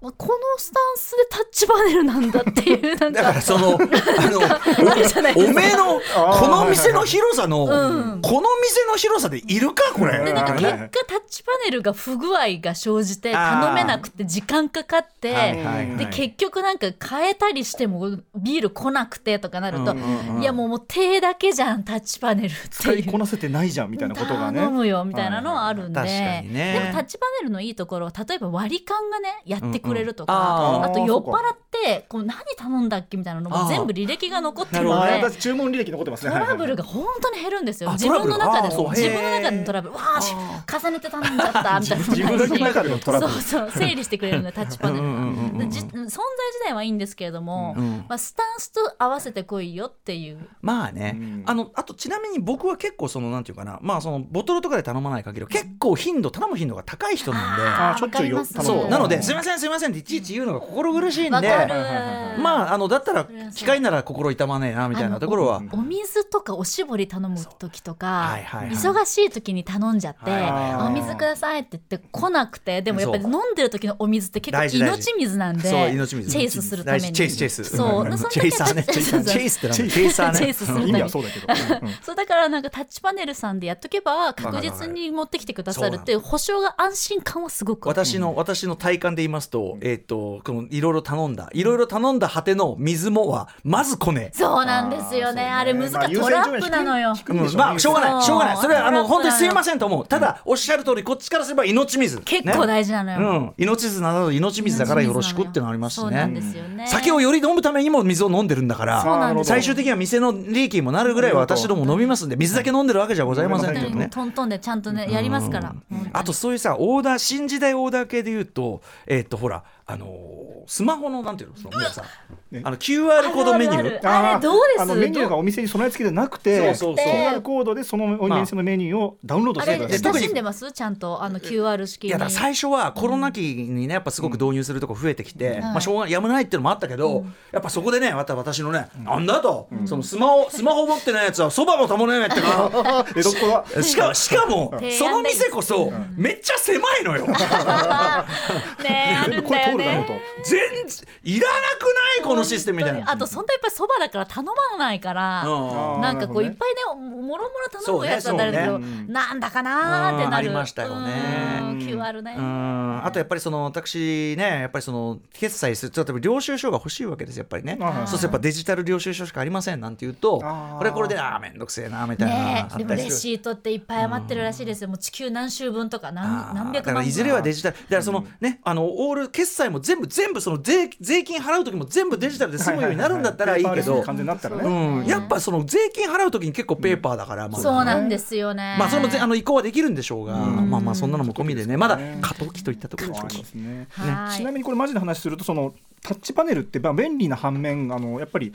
[SPEAKER 2] このスタンスでタッチパネルなんだっていうなん
[SPEAKER 1] だか
[SPEAKER 2] から
[SPEAKER 1] そのあ
[SPEAKER 2] あるじゃない
[SPEAKER 1] のお
[SPEAKER 2] ですか
[SPEAKER 1] めえの
[SPEAKER 3] あー
[SPEAKER 1] この店の広さの、
[SPEAKER 2] うん
[SPEAKER 1] この店の広さでいるかこれ
[SPEAKER 2] でなんか
[SPEAKER 1] み
[SPEAKER 2] 結
[SPEAKER 1] たい
[SPEAKER 2] 果タッチパネルが不具合が生じて
[SPEAKER 1] あー
[SPEAKER 2] 頼めなくて時間かかって、
[SPEAKER 1] はいはいはい
[SPEAKER 2] で結局なんか変えたりしてもビール来なくてとかなると、
[SPEAKER 1] うんうんうん
[SPEAKER 2] いやもうもう手だけじゃんタッチパネルって
[SPEAKER 3] 使い
[SPEAKER 2] いう
[SPEAKER 3] こ。なせてないじゃんみたいなことがね
[SPEAKER 2] 頼むよみたいなのはあるんで、
[SPEAKER 1] はいはいはい確かにね
[SPEAKER 2] でもタッチパネルのいいところは例えば割り勘がねやってくれると
[SPEAKER 1] うん
[SPEAKER 2] か、
[SPEAKER 1] うん
[SPEAKER 3] あー
[SPEAKER 2] あと酔っ払ってこう何頼んだっけみたいなのも全部履歴が残ってるの
[SPEAKER 1] あーなる
[SPEAKER 2] で
[SPEAKER 1] ほ
[SPEAKER 3] 私注文履歴残ってます
[SPEAKER 2] ト
[SPEAKER 3] ね
[SPEAKER 2] ラブル
[SPEAKER 3] が
[SPEAKER 2] が本当に減るんですよ。
[SPEAKER 1] あ
[SPEAKER 2] 自分の中
[SPEAKER 1] トラブルあ
[SPEAKER 2] で
[SPEAKER 1] そう
[SPEAKER 2] の
[SPEAKER 1] へー
[SPEAKER 2] 自分の中でのトラブル、わあし重ねて頼んじゃったみたいな。
[SPEAKER 3] 自分の中でのトラブル
[SPEAKER 2] そうそう整理してくれるのよタッチパネルが。じ存在自体はいいんですけれども、
[SPEAKER 1] うん
[SPEAKER 2] まあスタンスと合わせてこいよっていう。
[SPEAKER 1] まあね、
[SPEAKER 3] うん
[SPEAKER 1] あのあとちなみに僕は結構そのなんていうかなまあそのボトルとかで頼まない限りは結構頻度頼む頻度が高い人なんで
[SPEAKER 3] あ
[SPEAKER 2] あ
[SPEAKER 3] ーしょっちゅうよ
[SPEAKER 2] わかります
[SPEAKER 3] 頼む
[SPEAKER 1] そうなのですいませんすいませんっていちいち言うのが心苦しいん
[SPEAKER 2] わ
[SPEAKER 1] で
[SPEAKER 2] かる
[SPEAKER 3] はいはいは。
[SPEAKER 1] まああのだったら
[SPEAKER 2] それはそう
[SPEAKER 1] 機械なら心痛まねえなみたいなところは
[SPEAKER 2] あのおお水とかおしぼり頼む時とか、
[SPEAKER 1] はいはいはい
[SPEAKER 2] 忙しい時に頼んじゃって、
[SPEAKER 1] はいはいはい
[SPEAKER 2] お水くださいって言って来なくてでもやっぱり
[SPEAKER 1] そ
[SPEAKER 2] 飲
[SPEAKER 1] うん
[SPEAKER 2] でる時のお水って結構
[SPEAKER 1] 大事大事
[SPEAKER 2] 命水なんで
[SPEAKER 1] そう命水
[SPEAKER 2] チェイスするため
[SPEAKER 1] 大事
[SPEAKER 2] に
[SPEAKER 1] チェイスチェイス
[SPEAKER 2] そうでその
[SPEAKER 1] チェイサーねチ
[SPEAKER 2] 時
[SPEAKER 1] ェイサーチェイスってなんだチェイサーね
[SPEAKER 2] チェイスするため
[SPEAKER 3] 意
[SPEAKER 2] に
[SPEAKER 3] 味はそうだけどうんうん
[SPEAKER 2] そうだからなんかタッチパネルさんでやっとけば確実に持ってきてくださるっていう保証が安心感はすごく
[SPEAKER 1] 私の私の体感で言いますとを、えっとこのいろいろ頼んだいろいろ頼んだ果ての水もはまず来ねえ。
[SPEAKER 2] そうなんですよね。
[SPEAKER 3] あー
[SPEAKER 2] あれ難しい、
[SPEAKER 3] まあ優
[SPEAKER 2] ト
[SPEAKER 3] 先
[SPEAKER 2] ラ
[SPEAKER 3] 順位
[SPEAKER 2] ップなのよ。
[SPEAKER 3] 低い低い
[SPEAKER 1] うんまあしょうが
[SPEAKER 2] そ
[SPEAKER 1] な
[SPEAKER 2] う
[SPEAKER 1] いしょうがないそれはあの
[SPEAKER 2] トラッ
[SPEAKER 1] 本
[SPEAKER 2] プ
[SPEAKER 1] 当
[SPEAKER 2] なの
[SPEAKER 1] にすいませんと思うただおっしゃる通りこっちからすれば命水
[SPEAKER 2] 結構
[SPEAKER 1] ね
[SPEAKER 2] 大事なのよ。
[SPEAKER 1] うん命綱など命水だからよろしくってのありますし
[SPEAKER 2] そうなんで
[SPEAKER 1] ね
[SPEAKER 2] すよね。
[SPEAKER 1] 酒をより飲むためにも水を飲んでるんだから
[SPEAKER 2] そうなんです
[SPEAKER 1] 最終的には店の利益にもなるぐらいは私ども飲みますんで水だけ飲んでるわけじゃございませんけど
[SPEAKER 2] 本当に
[SPEAKER 1] ね。
[SPEAKER 2] トントンでちゃんとねやりますから。本当
[SPEAKER 1] あ
[SPEAKER 2] に
[SPEAKER 1] とそういうさオーダー新時代オーダー系で言うとえっとほらあのースマホのなんていうのその皆さん
[SPEAKER 3] ね
[SPEAKER 1] あの QR コードメニュ
[SPEAKER 2] あるある
[SPEAKER 1] ー
[SPEAKER 2] あれどうです
[SPEAKER 3] あのメニューがお店に備え付けてなくて
[SPEAKER 1] そうそうそう
[SPEAKER 3] QR コードでそのお店のメニューをダウンロード
[SPEAKER 2] あ
[SPEAKER 3] して
[SPEAKER 2] れ
[SPEAKER 3] くだ
[SPEAKER 1] で
[SPEAKER 3] さい
[SPEAKER 1] 特
[SPEAKER 2] 親
[SPEAKER 1] に
[SPEAKER 2] しんでますちゃんとあの QR 式
[SPEAKER 1] い
[SPEAKER 2] に。
[SPEAKER 1] やだから最初はコロナ期にねやっぱすごく導入するとこ増えてきて、
[SPEAKER 2] ん
[SPEAKER 1] まあしょうがやむないっていうのもあったけど、やっぱそこでねまた私のね、なんだと、そのスマホスマホ持ってないやつはそばも保れないってか
[SPEAKER 3] 江戸っ子は
[SPEAKER 1] しかもしかも
[SPEAKER 2] 提案
[SPEAKER 1] その店こそめっちゃ狭いのよ
[SPEAKER 2] ねあるん
[SPEAKER 3] これ
[SPEAKER 2] だ
[SPEAKER 3] 通
[SPEAKER 2] よ
[SPEAKER 3] るだろ
[SPEAKER 2] ね
[SPEAKER 3] う。と。
[SPEAKER 1] 全然いらなくないこのシステムみたいな
[SPEAKER 2] あとそんなやっぱりそばだから頼まないから。
[SPEAKER 1] うん
[SPEAKER 2] なんかこ
[SPEAKER 3] あーなるほど
[SPEAKER 2] う
[SPEAKER 3] ね
[SPEAKER 2] いっぱいねももろもろ頼むやつだったらあれだけ
[SPEAKER 1] そ
[SPEAKER 2] ど、
[SPEAKER 1] う
[SPEAKER 3] ねそうね
[SPEAKER 2] なんだかなーって
[SPEAKER 1] うん
[SPEAKER 2] な
[SPEAKER 1] あ
[SPEAKER 2] る
[SPEAKER 1] りましたよね
[SPEAKER 2] うん QR ね
[SPEAKER 1] うんあとやっぱりその私ねやっぱりその決済する例えば領収書が欲しいわけですやっぱりね
[SPEAKER 3] あはい
[SPEAKER 1] そうするとやっぱデジタル領収書しかありませんなんて言うと
[SPEAKER 3] あー
[SPEAKER 1] これはこれであーめんどくせえなみたいな
[SPEAKER 2] ね
[SPEAKER 1] あ
[SPEAKER 2] えで
[SPEAKER 1] っ
[SPEAKER 2] も
[SPEAKER 1] たり
[SPEAKER 2] レ
[SPEAKER 1] する
[SPEAKER 2] シートっていっぱい余ってるらしいですよもう地球何周分とか
[SPEAKER 1] あ
[SPEAKER 2] 何
[SPEAKER 1] ー
[SPEAKER 2] 何
[SPEAKER 1] だ
[SPEAKER 2] 百
[SPEAKER 1] から
[SPEAKER 2] 万
[SPEAKER 1] いずれはデジタルだからそのねあのオール決済も全部全部その税税金払う時も全部デジタルで済むようになるんだったらいいけ
[SPEAKER 3] ははは
[SPEAKER 1] ど
[SPEAKER 3] 完全になったら
[SPEAKER 2] そう
[SPEAKER 3] ね。
[SPEAKER 1] うんやっぱその税金払う時に結構ペーパーだからまあ
[SPEAKER 2] そうなんですよね
[SPEAKER 1] まあそれもぜあの移行はできるんでしょうがまあまあそんなのも込みでねまだ過渡期といったところでしょうか
[SPEAKER 3] ですね。
[SPEAKER 2] はい
[SPEAKER 3] ちなみにこれマジな話するとそのタッチパネルってまあ便利な反面あのやっぱり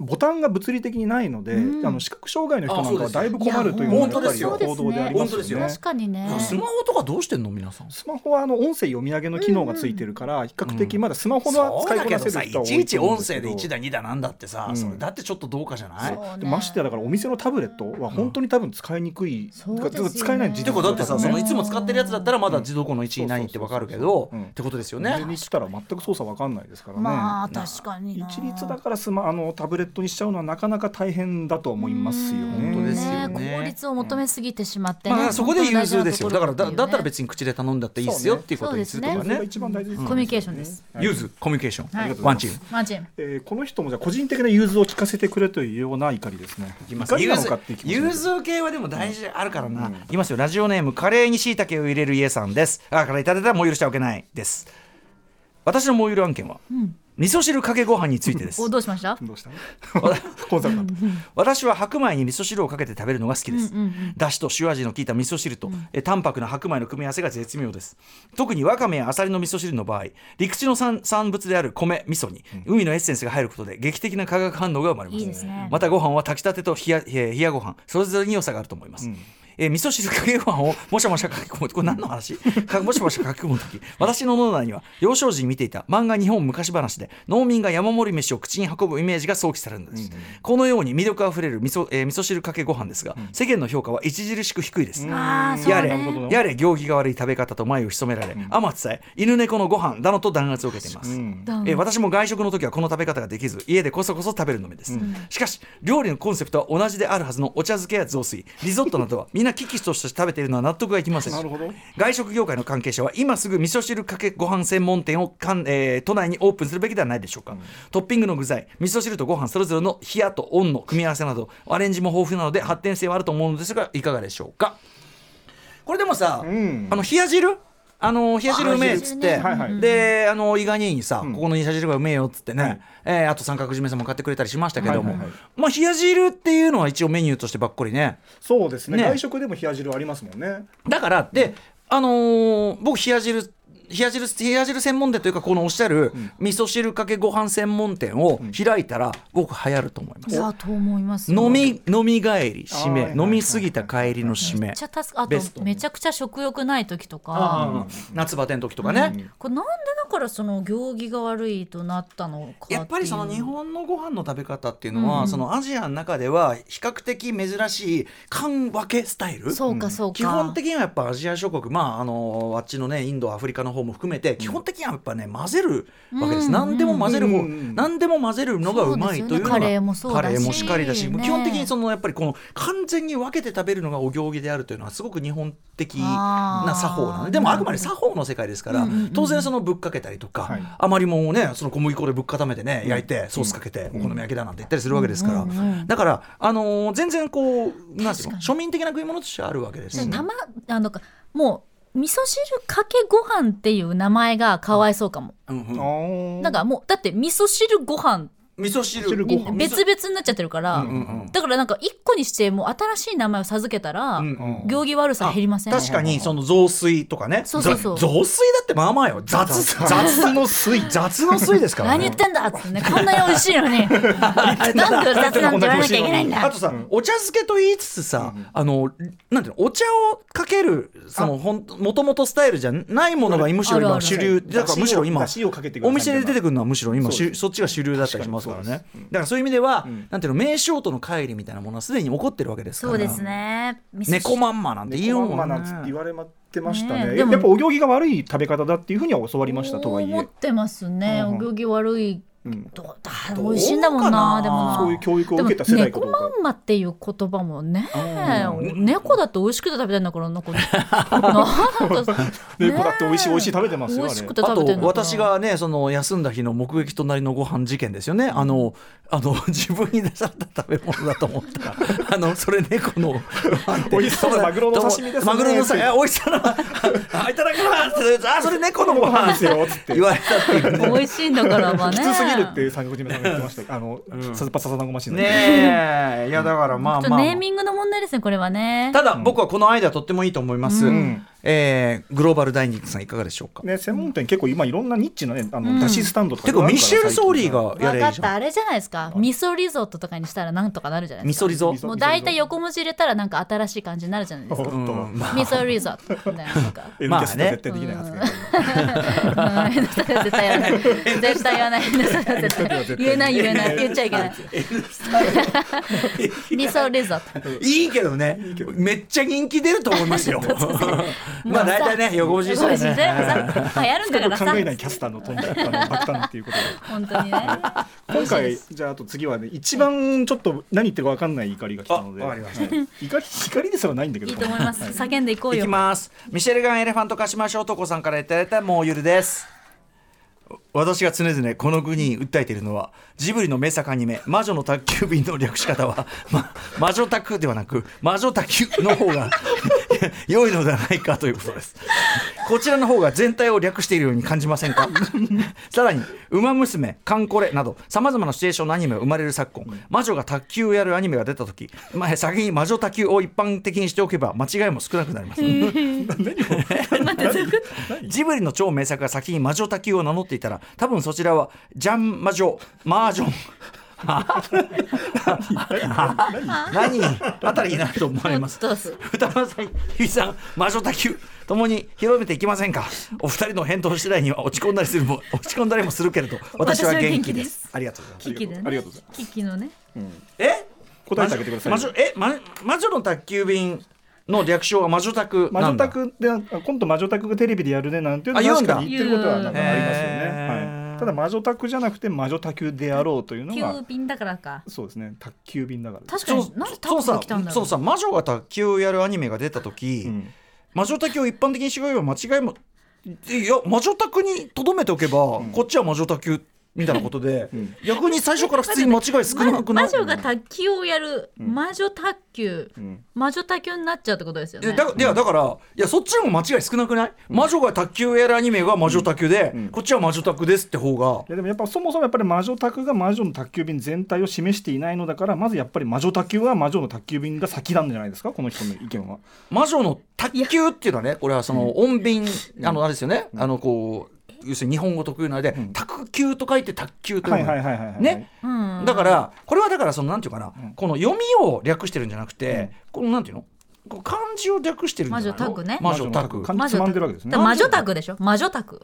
[SPEAKER 3] ボタンが物理的にないので、あの視覚障害の人なんかはだいぶ困るという
[SPEAKER 1] いや
[SPEAKER 3] の
[SPEAKER 1] 本当
[SPEAKER 3] が
[SPEAKER 1] で
[SPEAKER 3] やっぱ
[SPEAKER 1] す
[SPEAKER 3] り
[SPEAKER 1] よ
[SPEAKER 3] 報道でありま
[SPEAKER 1] 本
[SPEAKER 3] す
[SPEAKER 1] 当
[SPEAKER 3] よ
[SPEAKER 1] ですよ
[SPEAKER 3] ね
[SPEAKER 2] 確。かにね
[SPEAKER 1] スマホとかどうしてんの皆さん。
[SPEAKER 3] スマホはあの音声読み上げの機能がついてるから比較的まだスマホの
[SPEAKER 1] そう
[SPEAKER 3] 使い
[SPEAKER 1] だ
[SPEAKER 3] こ
[SPEAKER 1] け
[SPEAKER 3] な
[SPEAKER 1] ど
[SPEAKER 3] せ
[SPEAKER 1] さ、
[SPEAKER 3] る
[SPEAKER 1] い
[SPEAKER 3] 人は多
[SPEAKER 1] ちい
[SPEAKER 3] い
[SPEAKER 1] ち
[SPEAKER 3] と思うん
[SPEAKER 1] 音
[SPEAKER 3] です
[SPEAKER 1] 声
[SPEAKER 3] けど
[SPEAKER 1] で1だ2だなんだってさ、
[SPEAKER 3] うん
[SPEAKER 1] それだってちょっとどうかじゃない、
[SPEAKER 2] そうね
[SPEAKER 3] ましてやだからお店のタブレットは本当に多分使いにくい、
[SPEAKER 2] そうですよね
[SPEAKER 3] 使えない自
[SPEAKER 1] て
[SPEAKER 3] 動
[SPEAKER 1] かだってさ、
[SPEAKER 2] うん
[SPEAKER 1] そのいつも使ってるやつだったらまだ自動庫の1位何ってわかるけど、
[SPEAKER 3] うん
[SPEAKER 1] ってことですよ
[SPEAKER 3] ね。上
[SPEAKER 1] ね
[SPEAKER 3] に。来たら全く操作わかんないですからね。
[SPEAKER 2] まあ確かにな
[SPEAKER 3] 一律だからスマあのタブレットにしちゃうのはなかなか大変だと思いますよね。
[SPEAKER 1] 本当ですよね
[SPEAKER 2] ね効率を求めすぎてしまってね
[SPEAKER 1] まあ、だからそこで融通ですよ。だからだだったら
[SPEAKER 2] に
[SPEAKER 1] 別に口で頼んだっていいっすよっていうことにするとか
[SPEAKER 3] それが
[SPEAKER 1] ね。
[SPEAKER 3] 一番大事ですよね
[SPEAKER 2] コミュニケーションです。
[SPEAKER 1] 融通、コミュニケーション、
[SPEAKER 2] はいありがと
[SPEAKER 3] うござ
[SPEAKER 1] ワン
[SPEAKER 3] いま
[SPEAKER 1] チ
[SPEAKER 3] す
[SPEAKER 1] ーム。
[SPEAKER 2] マジン
[SPEAKER 3] えーこの人もじゃあ個人的な融通を聞かせてくれというような怒りですね。
[SPEAKER 1] いきます
[SPEAKER 3] 怒り
[SPEAKER 1] 融
[SPEAKER 3] なの
[SPEAKER 1] 通
[SPEAKER 3] かっていう気持ち
[SPEAKER 1] 融通系はでも大事あるからな、いきますよラジオネームカレーにしいたけを入れる家さんですあからいただいたらもう許してはおけないです私のもう許案件は、味噌汁かけご飯についてです
[SPEAKER 2] おどうしました
[SPEAKER 3] どうした？ コンサルタント
[SPEAKER 1] 私は白米に味噌汁をかけて食べるのが好きです、だしと塩味の効いた味噌汁と、え淡白な白米の組み合わせが絶妙です特にわかめやあさりの味噌汁の場合陸地の産産物である米味噌に海のエッセンスが入ることで劇的な化学反応が生まれます
[SPEAKER 2] いいですね
[SPEAKER 1] またご飯は炊きたてと冷やえー冷やご飯それぞれに良さがあると思います、えー味噌汁かけご 飯をもしゃもしゃかき込むこれ何の話かもしゃもしゃかき込む時私の脳内には幼少時に見ていた漫画日本昔話で農民が山盛り飯を口に運ぶイメージが想起されるのです、このように魅力あふれる味噌,、えー味噌汁かけご飯ですが、世間の評価は著しく低いです、
[SPEAKER 2] あーそう
[SPEAKER 1] や
[SPEAKER 2] ね
[SPEAKER 1] れやれ行儀が悪い食べ方と前を潜められ、天津さえ犬猫のご飯だのと弾圧を受けてい ます、えー私も外食の時はこの食べ方ができず家でこそこそ食べるのみです、しかし料理のコンセプトは同じであるはずのお茶漬けや雑炊リゾットなどはみんな危機として食べているのは納得がいきません
[SPEAKER 3] なるほど。
[SPEAKER 1] 外食業界の関係者は今すぐ味噌汁かけご飯専門店をかん、えー都内にオープンするべきではないでしょうか、トッピングの具材味噌汁とご飯それぞれの冷やと温の組み合わせなどアレンジも豊富なので発展性はあると思うのですがいかがでしょうかこれでもさ、
[SPEAKER 3] うん
[SPEAKER 1] あの冷や汁あの冷や汁うめえっつって、
[SPEAKER 2] あ
[SPEAKER 3] 冷や汁ねはいはい
[SPEAKER 1] であの伊賀兄にさ、
[SPEAKER 3] ん
[SPEAKER 1] ここの冷や汁がうめえよっつってね、えーあと三角締めさんも買ってくれたりしましたけども、
[SPEAKER 3] はいはいはい
[SPEAKER 1] まあ冷や汁っていうのは一応メニューとしてばっこりね
[SPEAKER 3] そうですね
[SPEAKER 1] ね
[SPEAKER 3] 外食でも冷や汁ありますもんね。
[SPEAKER 1] だからで、あのー僕冷や汁冷や汁冷や汁専門店というかこのおっしゃる味噌汁かけご飯専門店を開いたら僕流行ると思います、
[SPEAKER 2] だと思います
[SPEAKER 1] 飲み飲み帰り締
[SPEAKER 3] あーはいはい
[SPEAKER 1] め
[SPEAKER 3] はい
[SPEAKER 1] 飲み過ぎた帰りの締
[SPEAKER 2] め
[SPEAKER 1] め
[SPEAKER 2] っちゃ助かあ
[SPEAKER 1] ベス
[SPEAKER 2] と
[SPEAKER 1] ト
[SPEAKER 2] めちゃくちゃ食欲ない時と
[SPEAKER 1] あ
[SPEAKER 2] か
[SPEAKER 1] ー夏バテの時とかね、
[SPEAKER 2] これなんでだからその行儀が悪いとなったのかっていう
[SPEAKER 1] やっぱりその日本のご飯の食べ方っていうのは、そのアジアの中では比較的珍しい缶分けスタイル
[SPEAKER 2] そうかそうか
[SPEAKER 1] 基本的にはやっぱアジア諸国まああのあっちのねインドアフリカの方も含めて基本的にはやっぱね混ぜるわけです、
[SPEAKER 2] うん
[SPEAKER 1] 何でも混ぜる方、
[SPEAKER 3] うん
[SPEAKER 1] 何でも混ぜるのがうまいというのが
[SPEAKER 2] そうですよねカレーもそうだし
[SPEAKER 1] カレーもしっかりだし、
[SPEAKER 2] ね
[SPEAKER 1] 基本的にそのやっぱりこの完全に分けて食べるのがお行儀であるというのはすごく日本的
[SPEAKER 2] あー
[SPEAKER 1] な作法なのででもあくまで作法の世界ですから、
[SPEAKER 2] うんうんうん
[SPEAKER 1] 当然そのぶっかけたりとか、
[SPEAKER 3] はい
[SPEAKER 1] 余りもんをねその小麦粉でぶっ固めてね焼いてソースかけてお好み焼きだなんて言ったりするわけですから、
[SPEAKER 2] うんうんうん
[SPEAKER 1] だから、あのー全然こうなんていう
[SPEAKER 2] 確か
[SPEAKER 1] の
[SPEAKER 2] に
[SPEAKER 1] 庶民的な食い物としてあるわけですよね
[SPEAKER 2] たまあのもう味噌汁かけご飯っていう名前がかわいそうかも、
[SPEAKER 1] うんうん
[SPEAKER 3] ー
[SPEAKER 2] なんかもうだって味噌汁ご飯
[SPEAKER 1] 味噌汁
[SPEAKER 3] 汁
[SPEAKER 2] に
[SPEAKER 3] ご飯
[SPEAKER 2] 別々になっちゃってるから、
[SPEAKER 1] うんうん
[SPEAKER 2] だからなんか一個にしてもう新しい名前を授けたら、
[SPEAKER 1] うんうん
[SPEAKER 3] うん
[SPEAKER 2] 行儀悪さ減りません
[SPEAKER 1] 確かにその雑炊とかね
[SPEAKER 2] そうそうそう
[SPEAKER 1] ざ雑炊だってまあまあよ雑雑の水雑の水ですから
[SPEAKER 2] 何言ってんだっつってねこんなに美味しいのになんで雑なんて言わなきゃいけないんだ
[SPEAKER 1] あとさ、お茶漬けと言いつつさ、あのなんていうのお茶をかけるそのほんもともとスタイルじゃないものがむしろ
[SPEAKER 2] あるあ
[SPEAKER 1] 今
[SPEAKER 2] る
[SPEAKER 1] 主流だからむしろ今
[SPEAKER 3] だしをかけてくださ
[SPEAKER 1] お
[SPEAKER 3] い
[SPEAKER 1] 店で出てくるのはむしろ今
[SPEAKER 3] そうです
[SPEAKER 1] そっちが主流だったりしますからねだからそういう意味では、
[SPEAKER 3] うん
[SPEAKER 1] なんていうの名称との乖離みたいなものはすでに起こってるわけですか
[SPEAKER 2] そ
[SPEAKER 1] ら
[SPEAKER 2] うですね味噌汁
[SPEAKER 1] 猫まんまなんて言う
[SPEAKER 3] 猫
[SPEAKER 1] も
[SPEAKER 3] まんま
[SPEAKER 1] ん
[SPEAKER 3] なんつって言われてましたね
[SPEAKER 2] ねえで
[SPEAKER 3] や
[SPEAKER 2] も
[SPEAKER 3] っぱお行儀が悪い食べ方だっていうふうには教わりましたとはい
[SPEAKER 2] 思っ
[SPEAKER 3] え、
[SPEAKER 2] てますね、
[SPEAKER 3] うんうん
[SPEAKER 2] お行儀悪い
[SPEAKER 3] うん、
[SPEAKER 2] どう
[SPEAKER 1] どうか
[SPEAKER 2] だ
[SPEAKER 1] な
[SPEAKER 2] 美味しいんだもんなでもな
[SPEAKER 3] そういう教育を受けた世代かどう
[SPEAKER 2] でも
[SPEAKER 3] か
[SPEAKER 2] 猫まんまっていう言葉もね、
[SPEAKER 1] うん
[SPEAKER 2] 猫だって美味しくて食べたいんだからなんか なんか
[SPEAKER 3] 猫だって美味しい美味しい
[SPEAKER 2] ね
[SPEAKER 3] 食べてます
[SPEAKER 2] 美
[SPEAKER 3] よあ
[SPEAKER 2] 味
[SPEAKER 3] れ
[SPEAKER 2] しくて
[SPEAKER 1] あ
[SPEAKER 2] 食べてる
[SPEAKER 1] と私がねその休んだ日の目撃隣のご飯事件ですよね、あのあの 自分に出された食べ物だと思ったらあのそれ猫の
[SPEAKER 3] 美味しそうなマグロの刺身ですね
[SPEAKER 1] マグロの刺身あ美味しそうなあいただきますあそれ猫のご
[SPEAKER 3] ご飯で
[SPEAKER 1] 飯
[SPEAKER 3] すよつって
[SPEAKER 1] 言われたっていうね
[SPEAKER 2] 美味しいんだからまあ
[SPEAKER 3] き
[SPEAKER 2] ね
[SPEAKER 3] つすぎるって産国人さんが言ってましたあのさパササナゴマシンの
[SPEAKER 1] ねえいやだからまあ
[SPEAKER 2] ちょっと
[SPEAKER 1] まあ
[SPEAKER 2] ネーミングの問題ですねこれはね
[SPEAKER 1] ただ僕はこのアイデアとってもいいと思います、
[SPEAKER 3] ん
[SPEAKER 1] えーグローバルダイニングさんいかがでしょうか、
[SPEAKER 3] ね専門店結構今いろんなニッチなねあ
[SPEAKER 2] うん
[SPEAKER 3] のだしスタンドとか
[SPEAKER 1] てかミシェル・ソーリーがや
[SPEAKER 2] 分
[SPEAKER 1] ればい
[SPEAKER 2] か
[SPEAKER 1] い
[SPEAKER 2] っ
[SPEAKER 1] じゃ
[SPEAKER 2] た
[SPEAKER 1] ん
[SPEAKER 2] あれじゃないですか味噌リゾットとかにしたらなんとかなるじゃないで
[SPEAKER 1] ミ
[SPEAKER 2] すか
[SPEAKER 1] ソリゾ
[SPEAKER 2] もう大体横文字入れたらなんか新しい感じになるじゃないです か
[SPEAKER 3] う
[SPEAKER 1] うん
[SPEAKER 3] ん
[SPEAKER 1] まあ
[SPEAKER 2] 味噌リゾットみたいなな んか
[SPEAKER 3] エル
[SPEAKER 1] まあ
[SPEAKER 3] キ
[SPEAKER 1] ね
[SPEAKER 3] ャスで絶対できない発言
[SPEAKER 2] うん絶対言わない絶対言わない絶対言えない言えない言っちゃいけない味噌リゾット
[SPEAKER 1] いいけどねめっちゃ人気出ると思い ますよ まあ大体ね横文字ですよ
[SPEAKER 2] 横文字で
[SPEAKER 1] ね
[SPEAKER 2] さ流行るんだから
[SPEAKER 3] 考
[SPEAKER 2] さ
[SPEAKER 3] えないキャスターの飛んだあの爆弾っていうことで
[SPEAKER 2] 本当にね
[SPEAKER 3] 今回じゃああと次はね一番ちょっと何言ってるか分かんない怒りが来たので
[SPEAKER 1] あわかりました
[SPEAKER 3] はい怒り怒りですらないんだけど
[SPEAKER 2] いいと思います叫んでいこう
[SPEAKER 1] い
[SPEAKER 2] よ
[SPEAKER 1] きますミシェルガンエレファントカシマショウトコさんからいただいたもうゆるです私が常々この国に訴えているのはジブリの名作アニメ「魔女の宅急便」の略し方は、ま魔女宅ではなく魔女宅急の方が 良いのではないかということですこちらの方が全体を略しているように感じませんかさらに「ウマ娘」「カンコレ」などさまざまなシチュエーションのアニメが生まれる昨今魔女が卓球をやるアニメが出た時、まあ、先に魔女卓球を一般的にしておけば間違いも少なくなります ジブリの超名作が先に魔女卓球を名乗っていたら多分そちらはジャン魔女マージョン何あたりになると思われます
[SPEAKER 2] ちょっと
[SPEAKER 1] 歌丸さん、日比さん、魔女卓球、ともに広めていきませんか。お二人の返答次第には落ち込んだりするも、落ち込んだりもするけれど、私は元気です。ありがとうございます。
[SPEAKER 2] キキでね
[SPEAKER 3] ありがとうござい
[SPEAKER 2] キキのね
[SPEAKER 1] え、
[SPEAKER 3] 答えてあげてください
[SPEAKER 1] 魔女、え、ま、魔女の卓球便の略称は魔女卓
[SPEAKER 3] 魔
[SPEAKER 1] な
[SPEAKER 3] 女
[SPEAKER 1] んだ。
[SPEAKER 3] 宅で今度魔女宅がテレビでやるねなんていうの
[SPEAKER 1] あ言うん
[SPEAKER 3] 確
[SPEAKER 1] だ
[SPEAKER 3] かに言ってることはなんかあり
[SPEAKER 1] 言う
[SPEAKER 3] ますよ
[SPEAKER 1] んだへ
[SPEAKER 3] ね
[SPEAKER 1] ー。
[SPEAKER 3] はい、ただ魔女宅じゃなくて魔女宅であろうというの
[SPEAKER 2] 急
[SPEAKER 3] が
[SPEAKER 2] 便だからか
[SPEAKER 3] そうですね宅急便だから。
[SPEAKER 2] 確か
[SPEAKER 1] そう
[SPEAKER 2] になんでタ
[SPEAKER 1] そう
[SPEAKER 2] ップ
[SPEAKER 1] さ
[SPEAKER 2] で来たんだろ
[SPEAKER 1] そううさ魔女が卓球をやるアニメが出た時、
[SPEAKER 3] うん
[SPEAKER 1] 魔女卓球を一般的にしよえば間違いもいや魔女卓にとどめておけば、こっちは魔女卓球みたいなことで、
[SPEAKER 3] ん
[SPEAKER 1] 逆に最初から普通に間違い少なくな
[SPEAKER 2] 魔
[SPEAKER 1] る
[SPEAKER 2] 女が卓球をやる魔女卓球
[SPEAKER 3] ん
[SPEAKER 2] 魔女卓球になっちゃうってことですよ
[SPEAKER 1] いや
[SPEAKER 2] ね
[SPEAKER 1] だいやだからいやそっちの方が間違い少なくない、魔女が卓球やるアニメが魔女卓球で、こっちは魔女卓ですって方が
[SPEAKER 3] いやでもやっぱそもそもやっぱり魔女宅が魔女の宅急便全体を示していないのだからまずやっぱり魔女宅急は魔女の宅急便が先なんじゃないですかこの人の意見は。
[SPEAKER 1] 魔女の卓球っていうのはねこれはその穏便、あのあれですよね、あのこう要するに日本語特有のあれで、卓球と書いて卓球というの
[SPEAKER 3] はい
[SPEAKER 1] が
[SPEAKER 3] はいはいはいはい。
[SPEAKER 1] ね。
[SPEAKER 2] うん
[SPEAKER 1] だからこれはだからそのなんていうかな、この読みを略してるんじゃなくて、このなんていうのこう漢字を略してるんじゃないの
[SPEAKER 2] 魔女タグね
[SPEAKER 1] 魔女タグ
[SPEAKER 3] 漢字つまんでるわけですね。
[SPEAKER 2] 魔女宅でしょ魔女宅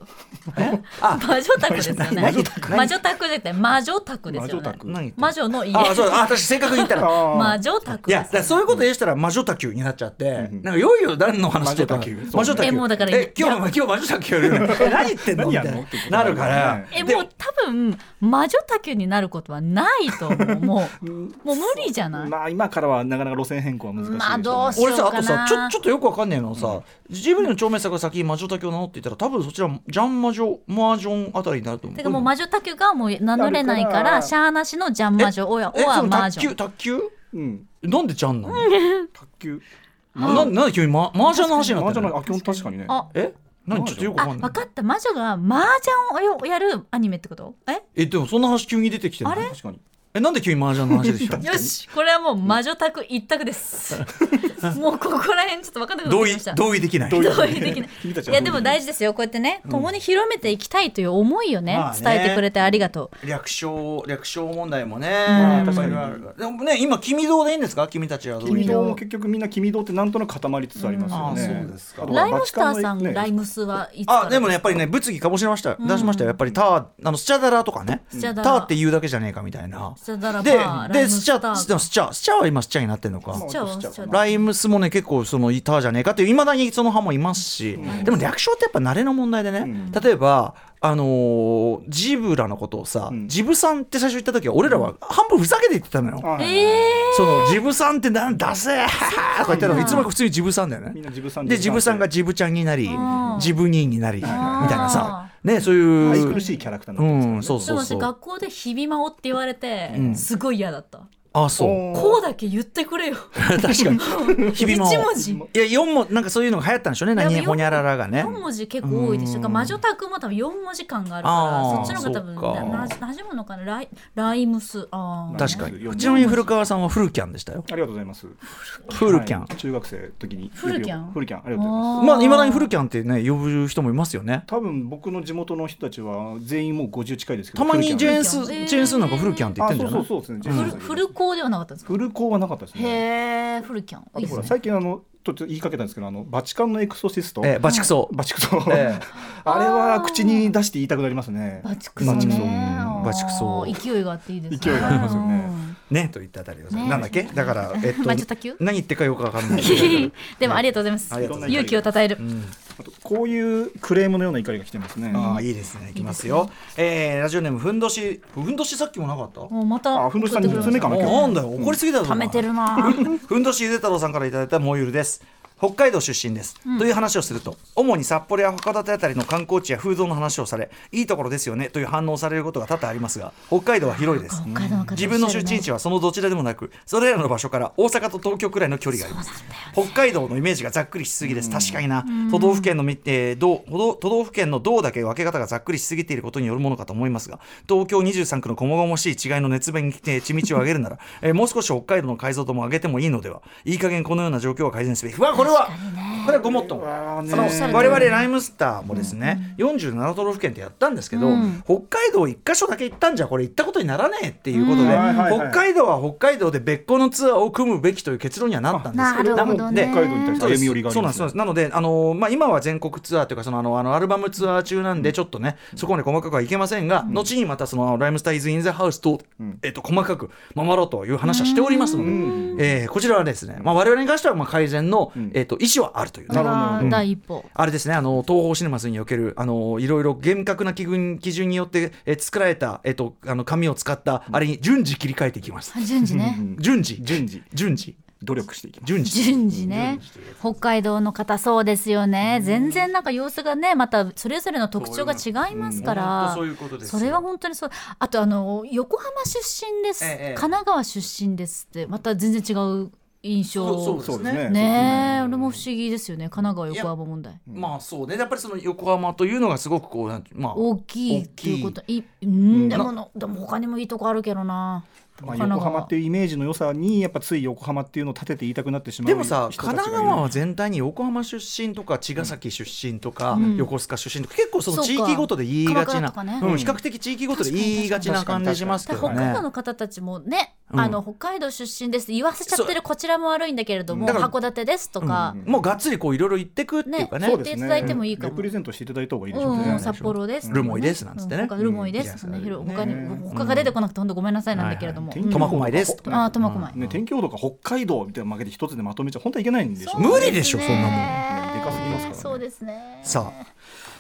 [SPEAKER 1] あ
[SPEAKER 2] 魔女宅ですよね
[SPEAKER 1] 魔女宅
[SPEAKER 2] 魔女宅じゃなくて魔女宅ですよ
[SPEAKER 3] 魔
[SPEAKER 2] ね
[SPEAKER 3] 女宅
[SPEAKER 1] 何言ってんの
[SPEAKER 2] 魔女の家
[SPEAKER 1] あそうあ私正確に言ったら
[SPEAKER 2] 魔
[SPEAKER 3] あ
[SPEAKER 2] 女宅
[SPEAKER 1] いや
[SPEAKER 2] で
[SPEAKER 1] だ
[SPEAKER 2] す
[SPEAKER 1] からそういうこと言うしたら魔女卓球になっちゃって、なんかいよいよ誰の話してたの
[SPEAKER 3] 魔女卓球
[SPEAKER 1] 魔女卓球
[SPEAKER 2] えもうだから
[SPEAKER 1] え今日今日魔女卓球 やるよねえ何言ってんのみたい
[SPEAKER 3] 何やんの
[SPEAKER 1] な
[SPEAKER 3] ってこと
[SPEAKER 1] なるから
[SPEAKER 2] え
[SPEAKER 1] で
[SPEAKER 2] もう多分魔女宅になることはないと 思うもうもう無理じゃない
[SPEAKER 3] まあ今からはなかなか路線変更は難しいです
[SPEAKER 2] まあどうし
[SPEAKER 1] 俺さ
[SPEAKER 2] そう
[SPEAKER 1] あと
[SPEAKER 2] か
[SPEAKER 1] さ
[SPEAKER 2] な
[SPEAKER 1] ちょちょっとよくわかんねえのはさ、ジブリの長命作が先に魔女卓球を名乗っていたら多分そちらジャン魔女マージョンあたりになると思う
[SPEAKER 2] てかもう魔女宅がもう名乗れないか
[SPEAKER 3] あるからら
[SPEAKER 2] シャーなしのジャン魔女おやお
[SPEAKER 1] え
[SPEAKER 2] や
[SPEAKER 1] その
[SPEAKER 2] 魔
[SPEAKER 1] 卓球
[SPEAKER 2] 女
[SPEAKER 1] 卓球
[SPEAKER 3] うん
[SPEAKER 1] なんでジャンなの、
[SPEAKER 3] 卓球。
[SPEAKER 1] ななんで急にママージャンの話にな
[SPEAKER 3] マ
[SPEAKER 1] っ
[SPEAKER 3] ージ
[SPEAKER 1] た
[SPEAKER 3] ャンの
[SPEAKER 1] の
[SPEAKER 3] あ基本確かにね。
[SPEAKER 2] あ
[SPEAKER 1] え何ちょっとよくわ
[SPEAKER 2] あ
[SPEAKER 1] かんない
[SPEAKER 2] 分かった魔女が麻雀をやるアニメってことえ
[SPEAKER 1] えでもそんな話急に出てきてる
[SPEAKER 2] あれ
[SPEAKER 3] 確かに。
[SPEAKER 1] えなんで急にマージャンの話でしょ
[SPEAKER 2] よしこれはもう魔女宅一択です もうここら辺ちょっと分かんなくなっ
[SPEAKER 1] 同
[SPEAKER 2] てき
[SPEAKER 1] 意
[SPEAKER 2] ました
[SPEAKER 1] 同意できない
[SPEAKER 2] 同意できない
[SPEAKER 3] 君たち
[SPEAKER 2] い
[SPEAKER 3] は
[SPEAKER 2] やでも大事ですよこうやってね共に広めていきたいという思いをね
[SPEAKER 1] まあね
[SPEAKER 2] 伝えてくれてありがと
[SPEAKER 1] 略称略称問題もね、
[SPEAKER 3] あ
[SPEAKER 1] やっぱり
[SPEAKER 3] 確かに
[SPEAKER 1] あるでもね今君堂でいいんですか君たちはどう
[SPEAKER 3] 君
[SPEAKER 1] いう
[SPEAKER 3] 堂も結局みんな君堂ってなんとなく固まりつつありますよ
[SPEAKER 1] う
[SPEAKER 3] ね。
[SPEAKER 1] んあそうですか
[SPEAKER 3] あ
[SPEAKER 2] う
[SPEAKER 3] とは
[SPEAKER 2] ライムスターさん
[SPEAKER 3] バチカンのね
[SPEAKER 2] ライムスはいつから
[SPEAKER 1] あでもねやっぱりね物議かもしれましたよ出しましたよやっぱりターあのスチャダラとかね
[SPEAKER 2] スチャダラ
[SPEAKER 1] ターって言うだけじゃねえかみたいな
[SPEAKER 2] スチャダラ
[SPEAKER 1] で
[SPEAKER 2] パーライ
[SPEAKER 1] で
[SPEAKER 2] ム
[SPEAKER 1] ス
[SPEAKER 2] ス
[SPEAKER 1] チ
[SPEAKER 2] タ
[SPEAKER 1] ャ
[SPEAKER 2] ー
[SPEAKER 1] スチャスチャスチャは今スチャになってんのか
[SPEAKER 3] まあ
[SPEAKER 2] スチャは
[SPEAKER 3] 落としちゃうかな
[SPEAKER 1] ライムスもね結構そのいたじゃねえかっていういまだにその派もいますし、でも略称ってやっぱ慣れの問題でね、
[SPEAKER 3] ん
[SPEAKER 1] 例えばあのージブラのことをさ、
[SPEAKER 3] うん
[SPEAKER 1] ジブさんって最初言った時は俺らは半分ふざけて言ってたのよ、
[SPEAKER 3] はいはいはい
[SPEAKER 2] え
[SPEAKER 1] そのジブさんってなんだせーとか言ったのがいつも普通にジブさんだよね
[SPEAKER 3] みんな自分さん
[SPEAKER 1] でジブさんがジブちゃんになり
[SPEAKER 2] うん
[SPEAKER 1] ジブ兄になりみたい
[SPEAKER 2] ん
[SPEAKER 1] なさねそうい
[SPEAKER 3] 愛く
[SPEAKER 1] う
[SPEAKER 3] るしいキャラクターに
[SPEAKER 1] う
[SPEAKER 3] なって
[SPEAKER 1] んそう
[SPEAKER 2] ーで
[SPEAKER 1] そ
[SPEAKER 2] も
[SPEAKER 1] う
[SPEAKER 2] 私
[SPEAKER 1] そう
[SPEAKER 2] 学校でひびまおって言われて
[SPEAKER 1] ん
[SPEAKER 2] すごい嫌だった
[SPEAKER 1] あそう
[SPEAKER 3] おー
[SPEAKER 2] こうだけ言ってくれよ
[SPEAKER 1] 確かに
[SPEAKER 2] 一
[SPEAKER 1] 日々も
[SPEAKER 2] 文字
[SPEAKER 1] いや四もなんかそういうのが流行ったんでしょうね
[SPEAKER 2] や
[SPEAKER 1] 何
[SPEAKER 2] 四
[SPEAKER 1] ほにゃららがね
[SPEAKER 2] 4文字結構多いでしょ
[SPEAKER 1] う
[SPEAKER 2] か
[SPEAKER 1] ん
[SPEAKER 2] 魔女宅も多分4文字感があるから
[SPEAKER 1] あ
[SPEAKER 2] そ
[SPEAKER 1] ー
[SPEAKER 2] っちの方が多分
[SPEAKER 1] そうか
[SPEAKER 2] ななじむのかなライライムスあー
[SPEAKER 1] 確か
[SPEAKER 3] う
[SPEAKER 1] に
[SPEAKER 3] ん
[SPEAKER 1] ちなみに古川さんはフルキャンでしたよ
[SPEAKER 3] ありがとうございます。
[SPEAKER 1] フルキャン
[SPEAKER 3] はい中学生の時に。
[SPEAKER 2] フルキャン
[SPEAKER 3] フルキャンありがとうございます。
[SPEAKER 1] まあいまだにフルキャンってね呼ぶ人もいますよね
[SPEAKER 3] 多分僕の地元の人たちは全員もう50近いですけど。
[SPEAKER 1] たまにジェーン
[SPEAKER 2] フ
[SPEAKER 1] ス
[SPEAKER 2] ルキャン
[SPEAKER 1] ジェーンスなんかフルキャンって言ってんじゃ
[SPEAKER 3] あ
[SPEAKER 1] な
[SPEAKER 3] そう
[SPEAKER 1] い
[SPEAKER 3] そうそうですね。
[SPEAKER 2] フルフルコーではなかったんですか
[SPEAKER 3] フルコはなかったですね。
[SPEAKER 2] へえフルキャンいい
[SPEAKER 3] あ
[SPEAKER 2] で
[SPEAKER 3] と
[SPEAKER 2] す
[SPEAKER 3] ほ
[SPEAKER 2] ね
[SPEAKER 3] ら最近あのちょっと言いかけたんですけどあのバチカンのエクソシスト。
[SPEAKER 1] えーバチクソ
[SPEAKER 3] バチクソ。
[SPEAKER 1] ええ
[SPEAKER 3] あれは口に出して言いたくなりますね。
[SPEAKER 2] バチクソ
[SPEAKER 1] バチクソ
[SPEAKER 2] ね
[SPEAKER 1] うんバチクソ
[SPEAKER 2] あー勢いがあっていいですね
[SPEAKER 3] 勢いがありますよね
[SPEAKER 2] うん
[SPEAKER 1] ねといったあたりでございます
[SPEAKER 2] ね
[SPEAKER 1] なんだっけだ からえっと
[SPEAKER 2] 魔女卓球
[SPEAKER 1] 何言ってるかよくわかん ない
[SPEAKER 2] でもありがとうございます
[SPEAKER 1] ありがとうございます
[SPEAKER 2] 勇気をたたえる
[SPEAKER 3] あとこういうクレームのような怒りが来てますね。
[SPEAKER 1] ああいいですねいきますよえーラジオネームふんどしふんどしさっきもなかった
[SPEAKER 2] もうまた
[SPEAKER 3] あふんどしさん
[SPEAKER 2] 送ってく
[SPEAKER 3] 二つ目
[SPEAKER 2] ださ
[SPEAKER 3] か
[SPEAKER 2] い
[SPEAKER 3] な今日。
[SPEAKER 1] なんだよ怒りすぎだぞ
[SPEAKER 2] 貯めて るな
[SPEAKER 1] ふんどしゆで太郎さんからいただいたモユルです北海道出身です、という話をすると主に札幌や函館あたりの観光地や風土の話をされいいところですよねという反応をされることが多々ありますが北海道は広いです
[SPEAKER 2] 北海道の方
[SPEAKER 1] 自分の出身地はそのどちらでもなくそれらの場所から大阪と東京くらいの距離があります、北海道のイメージがざっくりしすぎです確かにな都道府県のみ、えー道都道都道府県の道だけ分け方がざっくりしすぎていることによるものかと思いますが東京23区の細々しい違いの熱弁にえー地道を上げるなら、 えーもう少し北海道の解像度も上げてもいいのではいい加減このような状況は改善すべきうわこれはこれはごもっとも
[SPEAKER 3] あ
[SPEAKER 1] その
[SPEAKER 2] おっしゃる
[SPEAKER 1] 我々ライムスターもですね、47都道府県ってやったんですけど、
[SPEAKER 2] うん
[SPEAKER 1] 北海道1箇所だけ行ったんじゃこれ行ったことにならねえっていうことで、
[SPEAKER 3] うんはいはいは
[SPEAKER 1] 北
[SPEAKER 3] い
[SPEAKER 1] 海道は北海道で別個のツアーを組むべきという結論にはなったんですけど
[SPEAKER 2] なるほどね
[SPEAKER 1] で
[SPEAKER 3] 北海道に対して歩み寄りがあ
[SPEAKER 1] そうな
[SPEAKER 3] り
[SPEAKER 1] ん
[SPEAKER 3] ま
[SPEAKER 1] です
[SPEAKER 3] す
[SPEAKER 1] そうなん
[SPEAKER 3] ね。
[SPEAKER 1] ですなので、あのーまあ、今は全国ツアーというかそのあのあのアルバムツアー中なんでちょっとね、そこまで細かくはいけませんが、後にまたその「ライムスター・イズ・イン・ザ・ハウスと」
[SPEAKER 3] うん
[SPEAKER 1] えっと細かく守ろうという話はしておりますので、えーこちらはですね、まあ、我々に関してはまあ改善の、
[SPEAKER 3] ん
[SPEAKER 1] えっと意思はあるという、
[SPEAKER 3] なるほど
[SPEAKER 2] あー第一歩
[SPEAKER 1] あれですね、あの東宝シネマスにおけるあのいろいろ厳格な基準基準によってえ作られた、えっと、あの紙を使ったあれに順次切り替えていきます。
[SPEAKER 2] あ順次ね
[SPEAKER 1] 順次、
[SPEAKER 3] 順次
[SPEAKER 1] 順次、
[SPEAKER 3] 努力していきます。
[SPEAKER 1] 順次。
[SPEAKER 2] 順次ね北海道の方そうですよね全然なんか様子がねまたそれぞれの特徴が違いますから
[SPEAKER 1] そういうことですよ。
[SPEAKER 2] それは本当にそうあとあの横浜出身です、
[SPEAKER 1] ええええ
[SPEAKER 2] 神奈川出身ですってまた全然違う印象
[SPEAKER 1] そうそうですね
[SPEAKER 2] ねえ俺も不思議ですよね神奈川横浜問題
[SPEAKER 1] まあそうね、やっぱりその横浜というのがすごくこうなんてまあ
[SPEAKER 2] 大きいっていうこというんでものでも他にもいいとこあるけどな
[SPEAKER 3] まあ、
[SPEAKER 2] 神奈
[SPEAKER 3] 横
[SPEAKER 2] 川
[SPEAKER 3] 浜っていうイメージの良さにやっぱつい横浜っていうのを立てて言いたくなってしまう
[SPEAKER 1] でもさ
[SPEAKER 3] 人
[SPEAKER 1] 神
[SPEAKER 3] たちがい
[SPEAKER 1] 奈
[SPEAKER 3] る
[SPEAKER 1] 川は全体に横浜出身とか茅ヶ崎出身とか、
[SPEAKER 2] ん
[SPEAKER 1] 横須賀出身とか結構その
[SPEAKER 2] そうか
[SPEAKER 1] 地域ごとで言いがち
[SPEAKER 2] 鎌倉
[SPEAKER 1] な
[SPEAKER 2] とかね
[SPEAKER 1] うん、比較的地域ごとで言いがちな感じしますけ
[SPEAKER 2] だ
[SPEAKER 1] ど
[SPEAKER 2] か
[SPEAKER 1] ね。
[SPEAKER 2] ら北海道の方たちもねあの北海道出身ですって言わせちゃってるこちらも悪いんだけれども
[SPEAKER 1] だから
[SPEAKER 2] 函館ですとか、
[SPEAKER 1] もうがっつりこういろいろ言ってくっていうかね
[SPEAKER 2] ねそ
[SPEAKER 3] そ
[SPEAKER 2] うう
[SPEAKER 3] で
[SPEAKER 2] ですす
[SPEAKER 3] ね
[SPEAKER 2] ね。伝えてもいいかも
[SPEAKER 3] うんレプレゼントしていただいた方がいいでしょう
[SPEAKER 2] うん
[SPEAKER 3] ね。
[SPEAKER 2] 札幌です。
[SPEAKER 1] ルモイですなんつってね
[SPEAKER 2] うん他ルモイで
[SPEAKER 1] うん
[SPEAKER 2] す。そんな広
[SPEAKER 1] ね
[SPEAKER 2] 他に他が出てこなくて本当ごめんなさいなんだけれども。
[SPEAKER 1] は
[SPEAKER 3] 天気
[SPEAKER 1] 苫小牧です
[SPEAKER 2] ああ苫小牧。
[SPEAKER 3] ね、天気予報とか北海道みたいな負けで一つでまとめちゃ本当はいけないんでしょ
[SPEAKER 2] そうう
[SPEAKER 1] 無理でしょ
[SPEAKER 2] すね
[SPEAKER 1] そんなもん
[SPEAKER 3] でかすぎますからね
[SPEAKER 2] そうですね。
[SPEAKER 1] さあ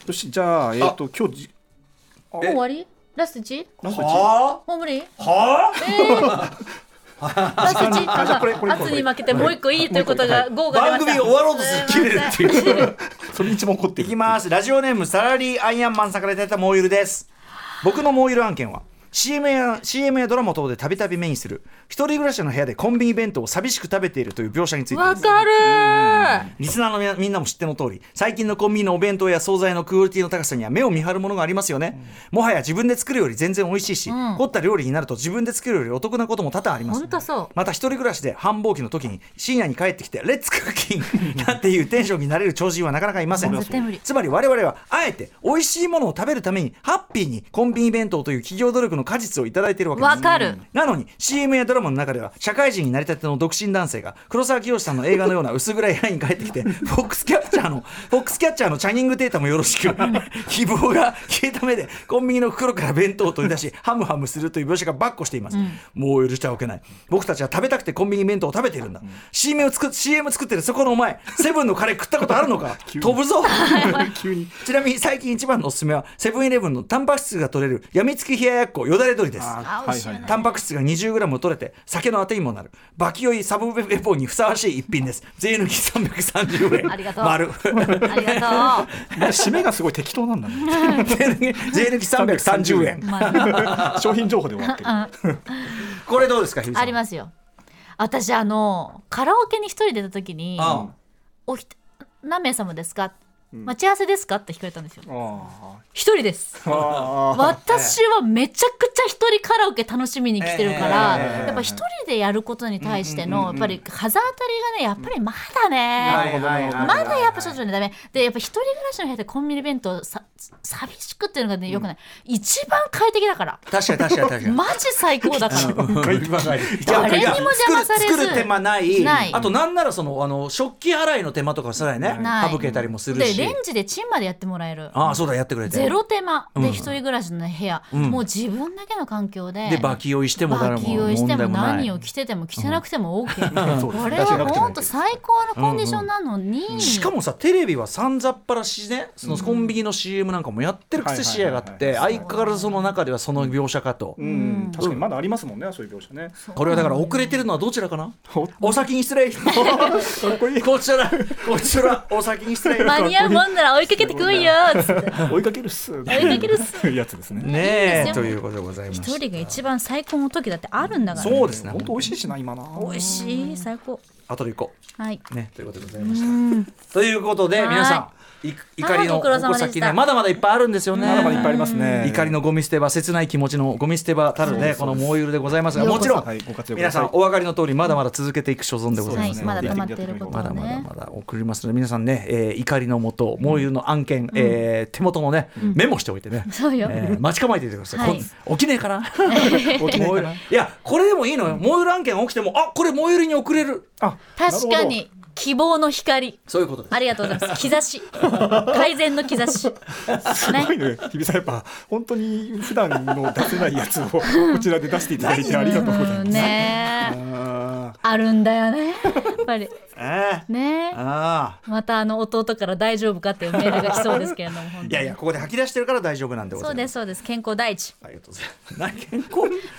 [SPEAKER 3] よしじゃあえっ、と今日じ
[SPEAKER 2] もう終わり？ラスト1？
[SPEAKER 3] ラスト一
[SPEAKER 1] は
[SPEAKER 2] もう無理？
[SPEAKER 1] あはあ
[SPEAKER 2] ラスト1。
[SPEAKER 3] あじゃあこれこれ
[SPEAKER 2] 圧に負けてもう一個いいということが豪華出ま
[SPEAKER 1] 番
[SPEAKER 2] した。
[SPEAKER 1] 組が終わろうとする切れるっていう
[SPEAKER 3] それ一番怒って
[SPEAKER 1] いき
[SPEAKER 3] る
[SPEAKER 1] ますラジオネームサラリーアイアンマンさんからいただいたモーユルです僕のモーユル案件は CM や CM やドラマ等でたびたび目にする一人暮らしの部屋でコンビニ弁当を寂しく食べているという描写について
[SPEAKER 2] わ
[SPEAKER 1] です
[SPEAKER 2] かるー。
[SPEAKER 1] リスナーのみなみんなも知っての通り最近のコンビニのお弁当や惣菜のクオリティの高さには目を見張るものがありますよね、もはや自分で作るより全然美味しいし、
[SPEAKER 2] ん
[SPEAKER 1] 凝った料理になると自分で作るよりお得なことも多々あります
[SPEAKER 2] 本当そう。
[SPEAKER 1] また一人暮らしで繁忙期の時に深夜に帰ってきて「レッツクッキング!」なんていうテンションになれる超人はなかなかいません
[SPEAKER 2] 絶対無理
[SPEAKER 1] つまり我々はあえて美味しいものを食べるためにハッピーにコンビニ弁当という企業努力の果実をいただいているわけです
[SPEAKER 2] わかる
[SPEAKER 1] なのに CM やドラマの中では社会人になりたての独身男性が黒沢清さんの映画のような薄暗い部屋に帰ってきてフォックスキャッチャーのフォックスキャッチャーのチャニングデータもよろしく希望が消えた目でコンビニの袋から弁当を取り出しハムハムするという描写がばっこしています、もう許してはおけない僕たちは食べたくてコンビニ弁当を食べているんだ、CM, を作っ CM 作ってるそこのお前セブンのカレー食ったことあるのか
[SPEAKER 3] に
[SPEAKER 1] 飛ぶぞ
[SPEAKER 3] 急に
[SPEAKER 1] ちなみに最近一番のおすすめはセブンイレブンのタンパク質が取れるやみつき冷ややっこよだれ鶏です
[SPEAKER 3] あ
[SPEAKER 2] あ
[SPEAKER 3] はい
[SPEAKER 2] 知
[SPEAKER 3] は
[SPEAKER 2] ら
[SPEAKER 3] い
[SPEAKER 2] ない
[SPEAKER 1] タンパク質が 20g 取れて酒のあてにもなるバキ酔いサブレポにふさわしい一品です税抜き330円
[SPEAKER 2] ありがとう
[SPEAKER 1] 丸
[SPEAKER 2] ありがと
[SPEAKER 3] 締めがすごい適当なんだね
[SPEAKER 1] 税抜き330円
[SPEAKER 2] う。まあ
[SPEAKER 3] 商品情報で終わってる
[SPEAKER 1] これどうですか日比さん
[SPEAKER 2] ありますよ。私あのカラオケに一人出た時に。
[SPEAKER 1] ああ
[SPEAKER 2] おひ何名様ですか、待ち合わせですかって聞かれたんですよ
[SPEAKER 3] あ
[SPEAKER 2] 一 人です
[SPEAKER 3] ーあー
[SPEAKER 2] 私はめちゃくちゃ一人カラオケ楽しみに来てるから、
[SPEAKER 1] ええ
[SPEAKER 2] やっぱ一人でやることに対しての、やっぱり風当たりがねやっぱりまだ
[SPEAKER 1] は
[SPEAKER 2] ね、
[SPEAKER 1] いはいはいはい
[SPEAKER 2] まだやっぱちょっとねダメでやっぱ一人暮らしの部屋でコンビニ弁当さ寂しくっていうのがねよくない、一番快適 だから
[SPEAKER 1] 確かに確かに確かに
[SPEAKER 2] マジ最高だから。
[SPEAKER 1] 誰
[SPEAKER 2] 誰にも邪魔されず
[SPEAKER 1] 作る手間ない
[SPEAKER 2] ない
[SPEAKER 1] あとなんならそのあの食器洗いの手間とかさらにね
[SPEAKER 2] ない
[SPEAKER 1] 省けたりもする
[SPEAKER 2] で
[SPEAKER 1] し
[SPEAKER 2] レンジでチンまでやってもらえる
[SPEAKER 1] ああそうだやってくれて
[SPEAKER 2] ゼロ手間で一人暮らしの部屋、もう自分だけの環境で
[SPEAKER 1] でバキ酔いしても誰
[SPEAKER 2] バ
[SPEAKER 1] も
[SPEAKER 2] キをしても
[SPEAKER 1] 問題ない
[SPEAKER 2] 何を着てても着てなくても OK、
[SPEAKER 3] そうです
[SPEAKER 2] これ
[SPEAKER 3] 出しな
[SPEAKER 2] は
[SPEAKER 3] くても
[SPEAKER 2] 本当最高のコンディションなのに、
[SPEAKER 1] しかもさテレビはさんざっぱらしねそのコンビニの CM なんかもやってるくせしやがっ
[SPEAKER 3] は
[SPEAKER 1] て相変わらずその中ではその描写かと、
[SPEAKER 3] うん確かにまだありますもんねそういう描写ね
[SPEAKER 1] これはだから遅れてるのはどちらかな
[SPEAKER 3] お
[SPEAKER 1] お先に失 礼
[SPEAKER 3] かっこいい
[SPEAKER 1] こちらこちらお先に失礼
[SPEAKER 2] 間に合うもんなら追いかけてくいよっつって
[SPEAKER 3] 追いかけるっす追い
[SPEAKER 2] かけるっす
[SPEAKER 3] やつですね
[SPEAKER 1] ね
[SPEAKER 2] いいんです
[SPEAKER 1] えと
[SPEAKER 2] よ
[SPEAKER 1] いうことでございま
[SPEAKER 2] 一
[SPEAKER 1] し
[SPEAKER 2] 人が一番最高の時だってあるんだ
[SPEAKER 1] た
[SPEAKER 2] から、
[SPEAKER 1] そうですね
[SPEAKER 3] 本当美味しいしな今な
[SPEAKER 2] 美味しい最高
[SPEAKER 1] 後で行こ
[SPEAKER 2] はい。
[SPEAKER 1] うねということでございましたということで
[SPEAKER 2] はい
[SPEAKER 1] 皆さんい怒りの
[SPEAKER 2] はいご苦労様でした
[SPEAKER 1] 矛先ねまだまだいっぱいあるんですよね
[SPEAKER 3] まだまだいっぱいありますね
[SPEAKER 1] 怒りのゴミ捨て場切ない気持ちのゴミ捨て場たるねこのモーユルでございますが
[SPEAKER 2] よう
[SPEAKER 1] も
[SPEAKER 2] こ
[SPEAKER 1] ち
[SPEAKER 2] そ
[SPEAKER 1] ろん
[SPEAKER 3] はいご活用くだ
[SPEAKER 1] 皆さ
[SPEAKER 3] さ
[SPEAKER 1] ん
[SPEAKER 3] い
[SPEAKER 1] お分かりの通りまだまだ続けていく所存でござ
[SPEAKER 2] はいい
[SPEAKER 1] ます、、
[SPEAKER 2] まだ溜まっていること
[SPEAKER 1] まだ
[SPEAKER 2] を
[SPEAKER 1] まだ
[SPEAKER 2] ね
[SPEAKER 1] ま。だ送りますので皆さんね、えー怒りのもとモーユルの案件、えー手元のね、メモしておいてね、
[SPEAKER 2] そうよ。
[SPEAKER 1] えー待ち構えていてください、
[SPEAKER 2] はい
[SPEAKER 1] こん起きねえかな
[SPEAKER 3] お気に入
[SPEAKER 1] モーユル
[SPEAKER 3] りかない
[SPEAKER 1] やこれでもいいのよモーユル案件が起きてもあこれモーユルに送れる
[SPEAKER 3] あ
[SPEAKER 2] 確か
[SPEAKER 3] なる
[SPEAKER 2] に希望の光。
[SPEAKER 1] そういうことです
[SPEAKER 2] ありがとうございます。兆し。改善の兆し。ね
[SPEAKER 3] ほどすごいね日比さんやっぱ本当に普段の出せないやつをこちらで出していただいてありがとうございます
[SPEAKER 2] んねえ
[SPEAKER 3] あ
[SPEAKER 2] あるんだよね。やっぱり。
[SPEAKER 1] えー
[SPEAKER 2] ねえ
[SPEAKER 1] ああ
[SPEAKER 2] またあの弟から大丈夫かっていうメールが来そうですけれども。本当に
[SPEAKER 1] いやいやここで吐き出してるから大丈夫なんでござ
[SPEAKER 2] そ
[SPEAKER 1] いうま
[SPEAKER 2] ですすそうです健康第一
[SPEAKER 1] ありがとうございます 何健康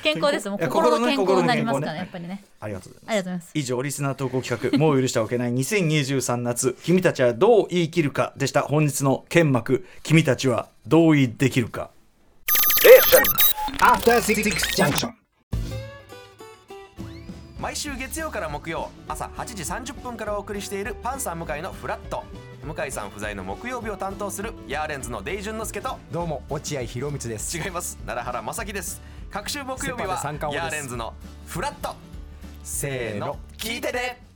[SPEAKER 2] 健康ですもう
[SPEAKER 1] いや
[SPEAKER 2] 心の健
[SPEAKER 1] 心
[SPEAKER 2] 康
[SPEAKER 1] の
[SPEAKER 2] になりますからねや
[SPEAKER 1] 健
[SPEAKER 2] っぱりね
[SPEAKER 1] ありがとうございます
[SPEAKER 2] ありがとうございます
[SPEAKER 1] 以上リスナー投稿企画「もう許してはおけない2023夏君たちはどう言い切るか」でした本日の剣幕「君たちは同意できるか」
[SPEAKER 4] After Six Junction.
[SPEAKER 5] 毎週月曜から木曜朝8時30分からお送りしているパンサー向井のフラット向井さん不在の木曜日を担当するヤーレンズのデイジュンの之介と
[SPEAKER 6] どうも落合博満です
[SPEAKER 5] 違います奈良原雅樹です各週木曜
[SPEAKER 6] セパ
[SPEAKER 5] 日は
[SPEAKER 6] で三冠王
[SPEAKER 5] ヤー
[SPEAKER 6] です
[SPEAKER 5] レンズのフラット
[SPEAKER 6] せ
[SPEAKER 5] せーの聞いてね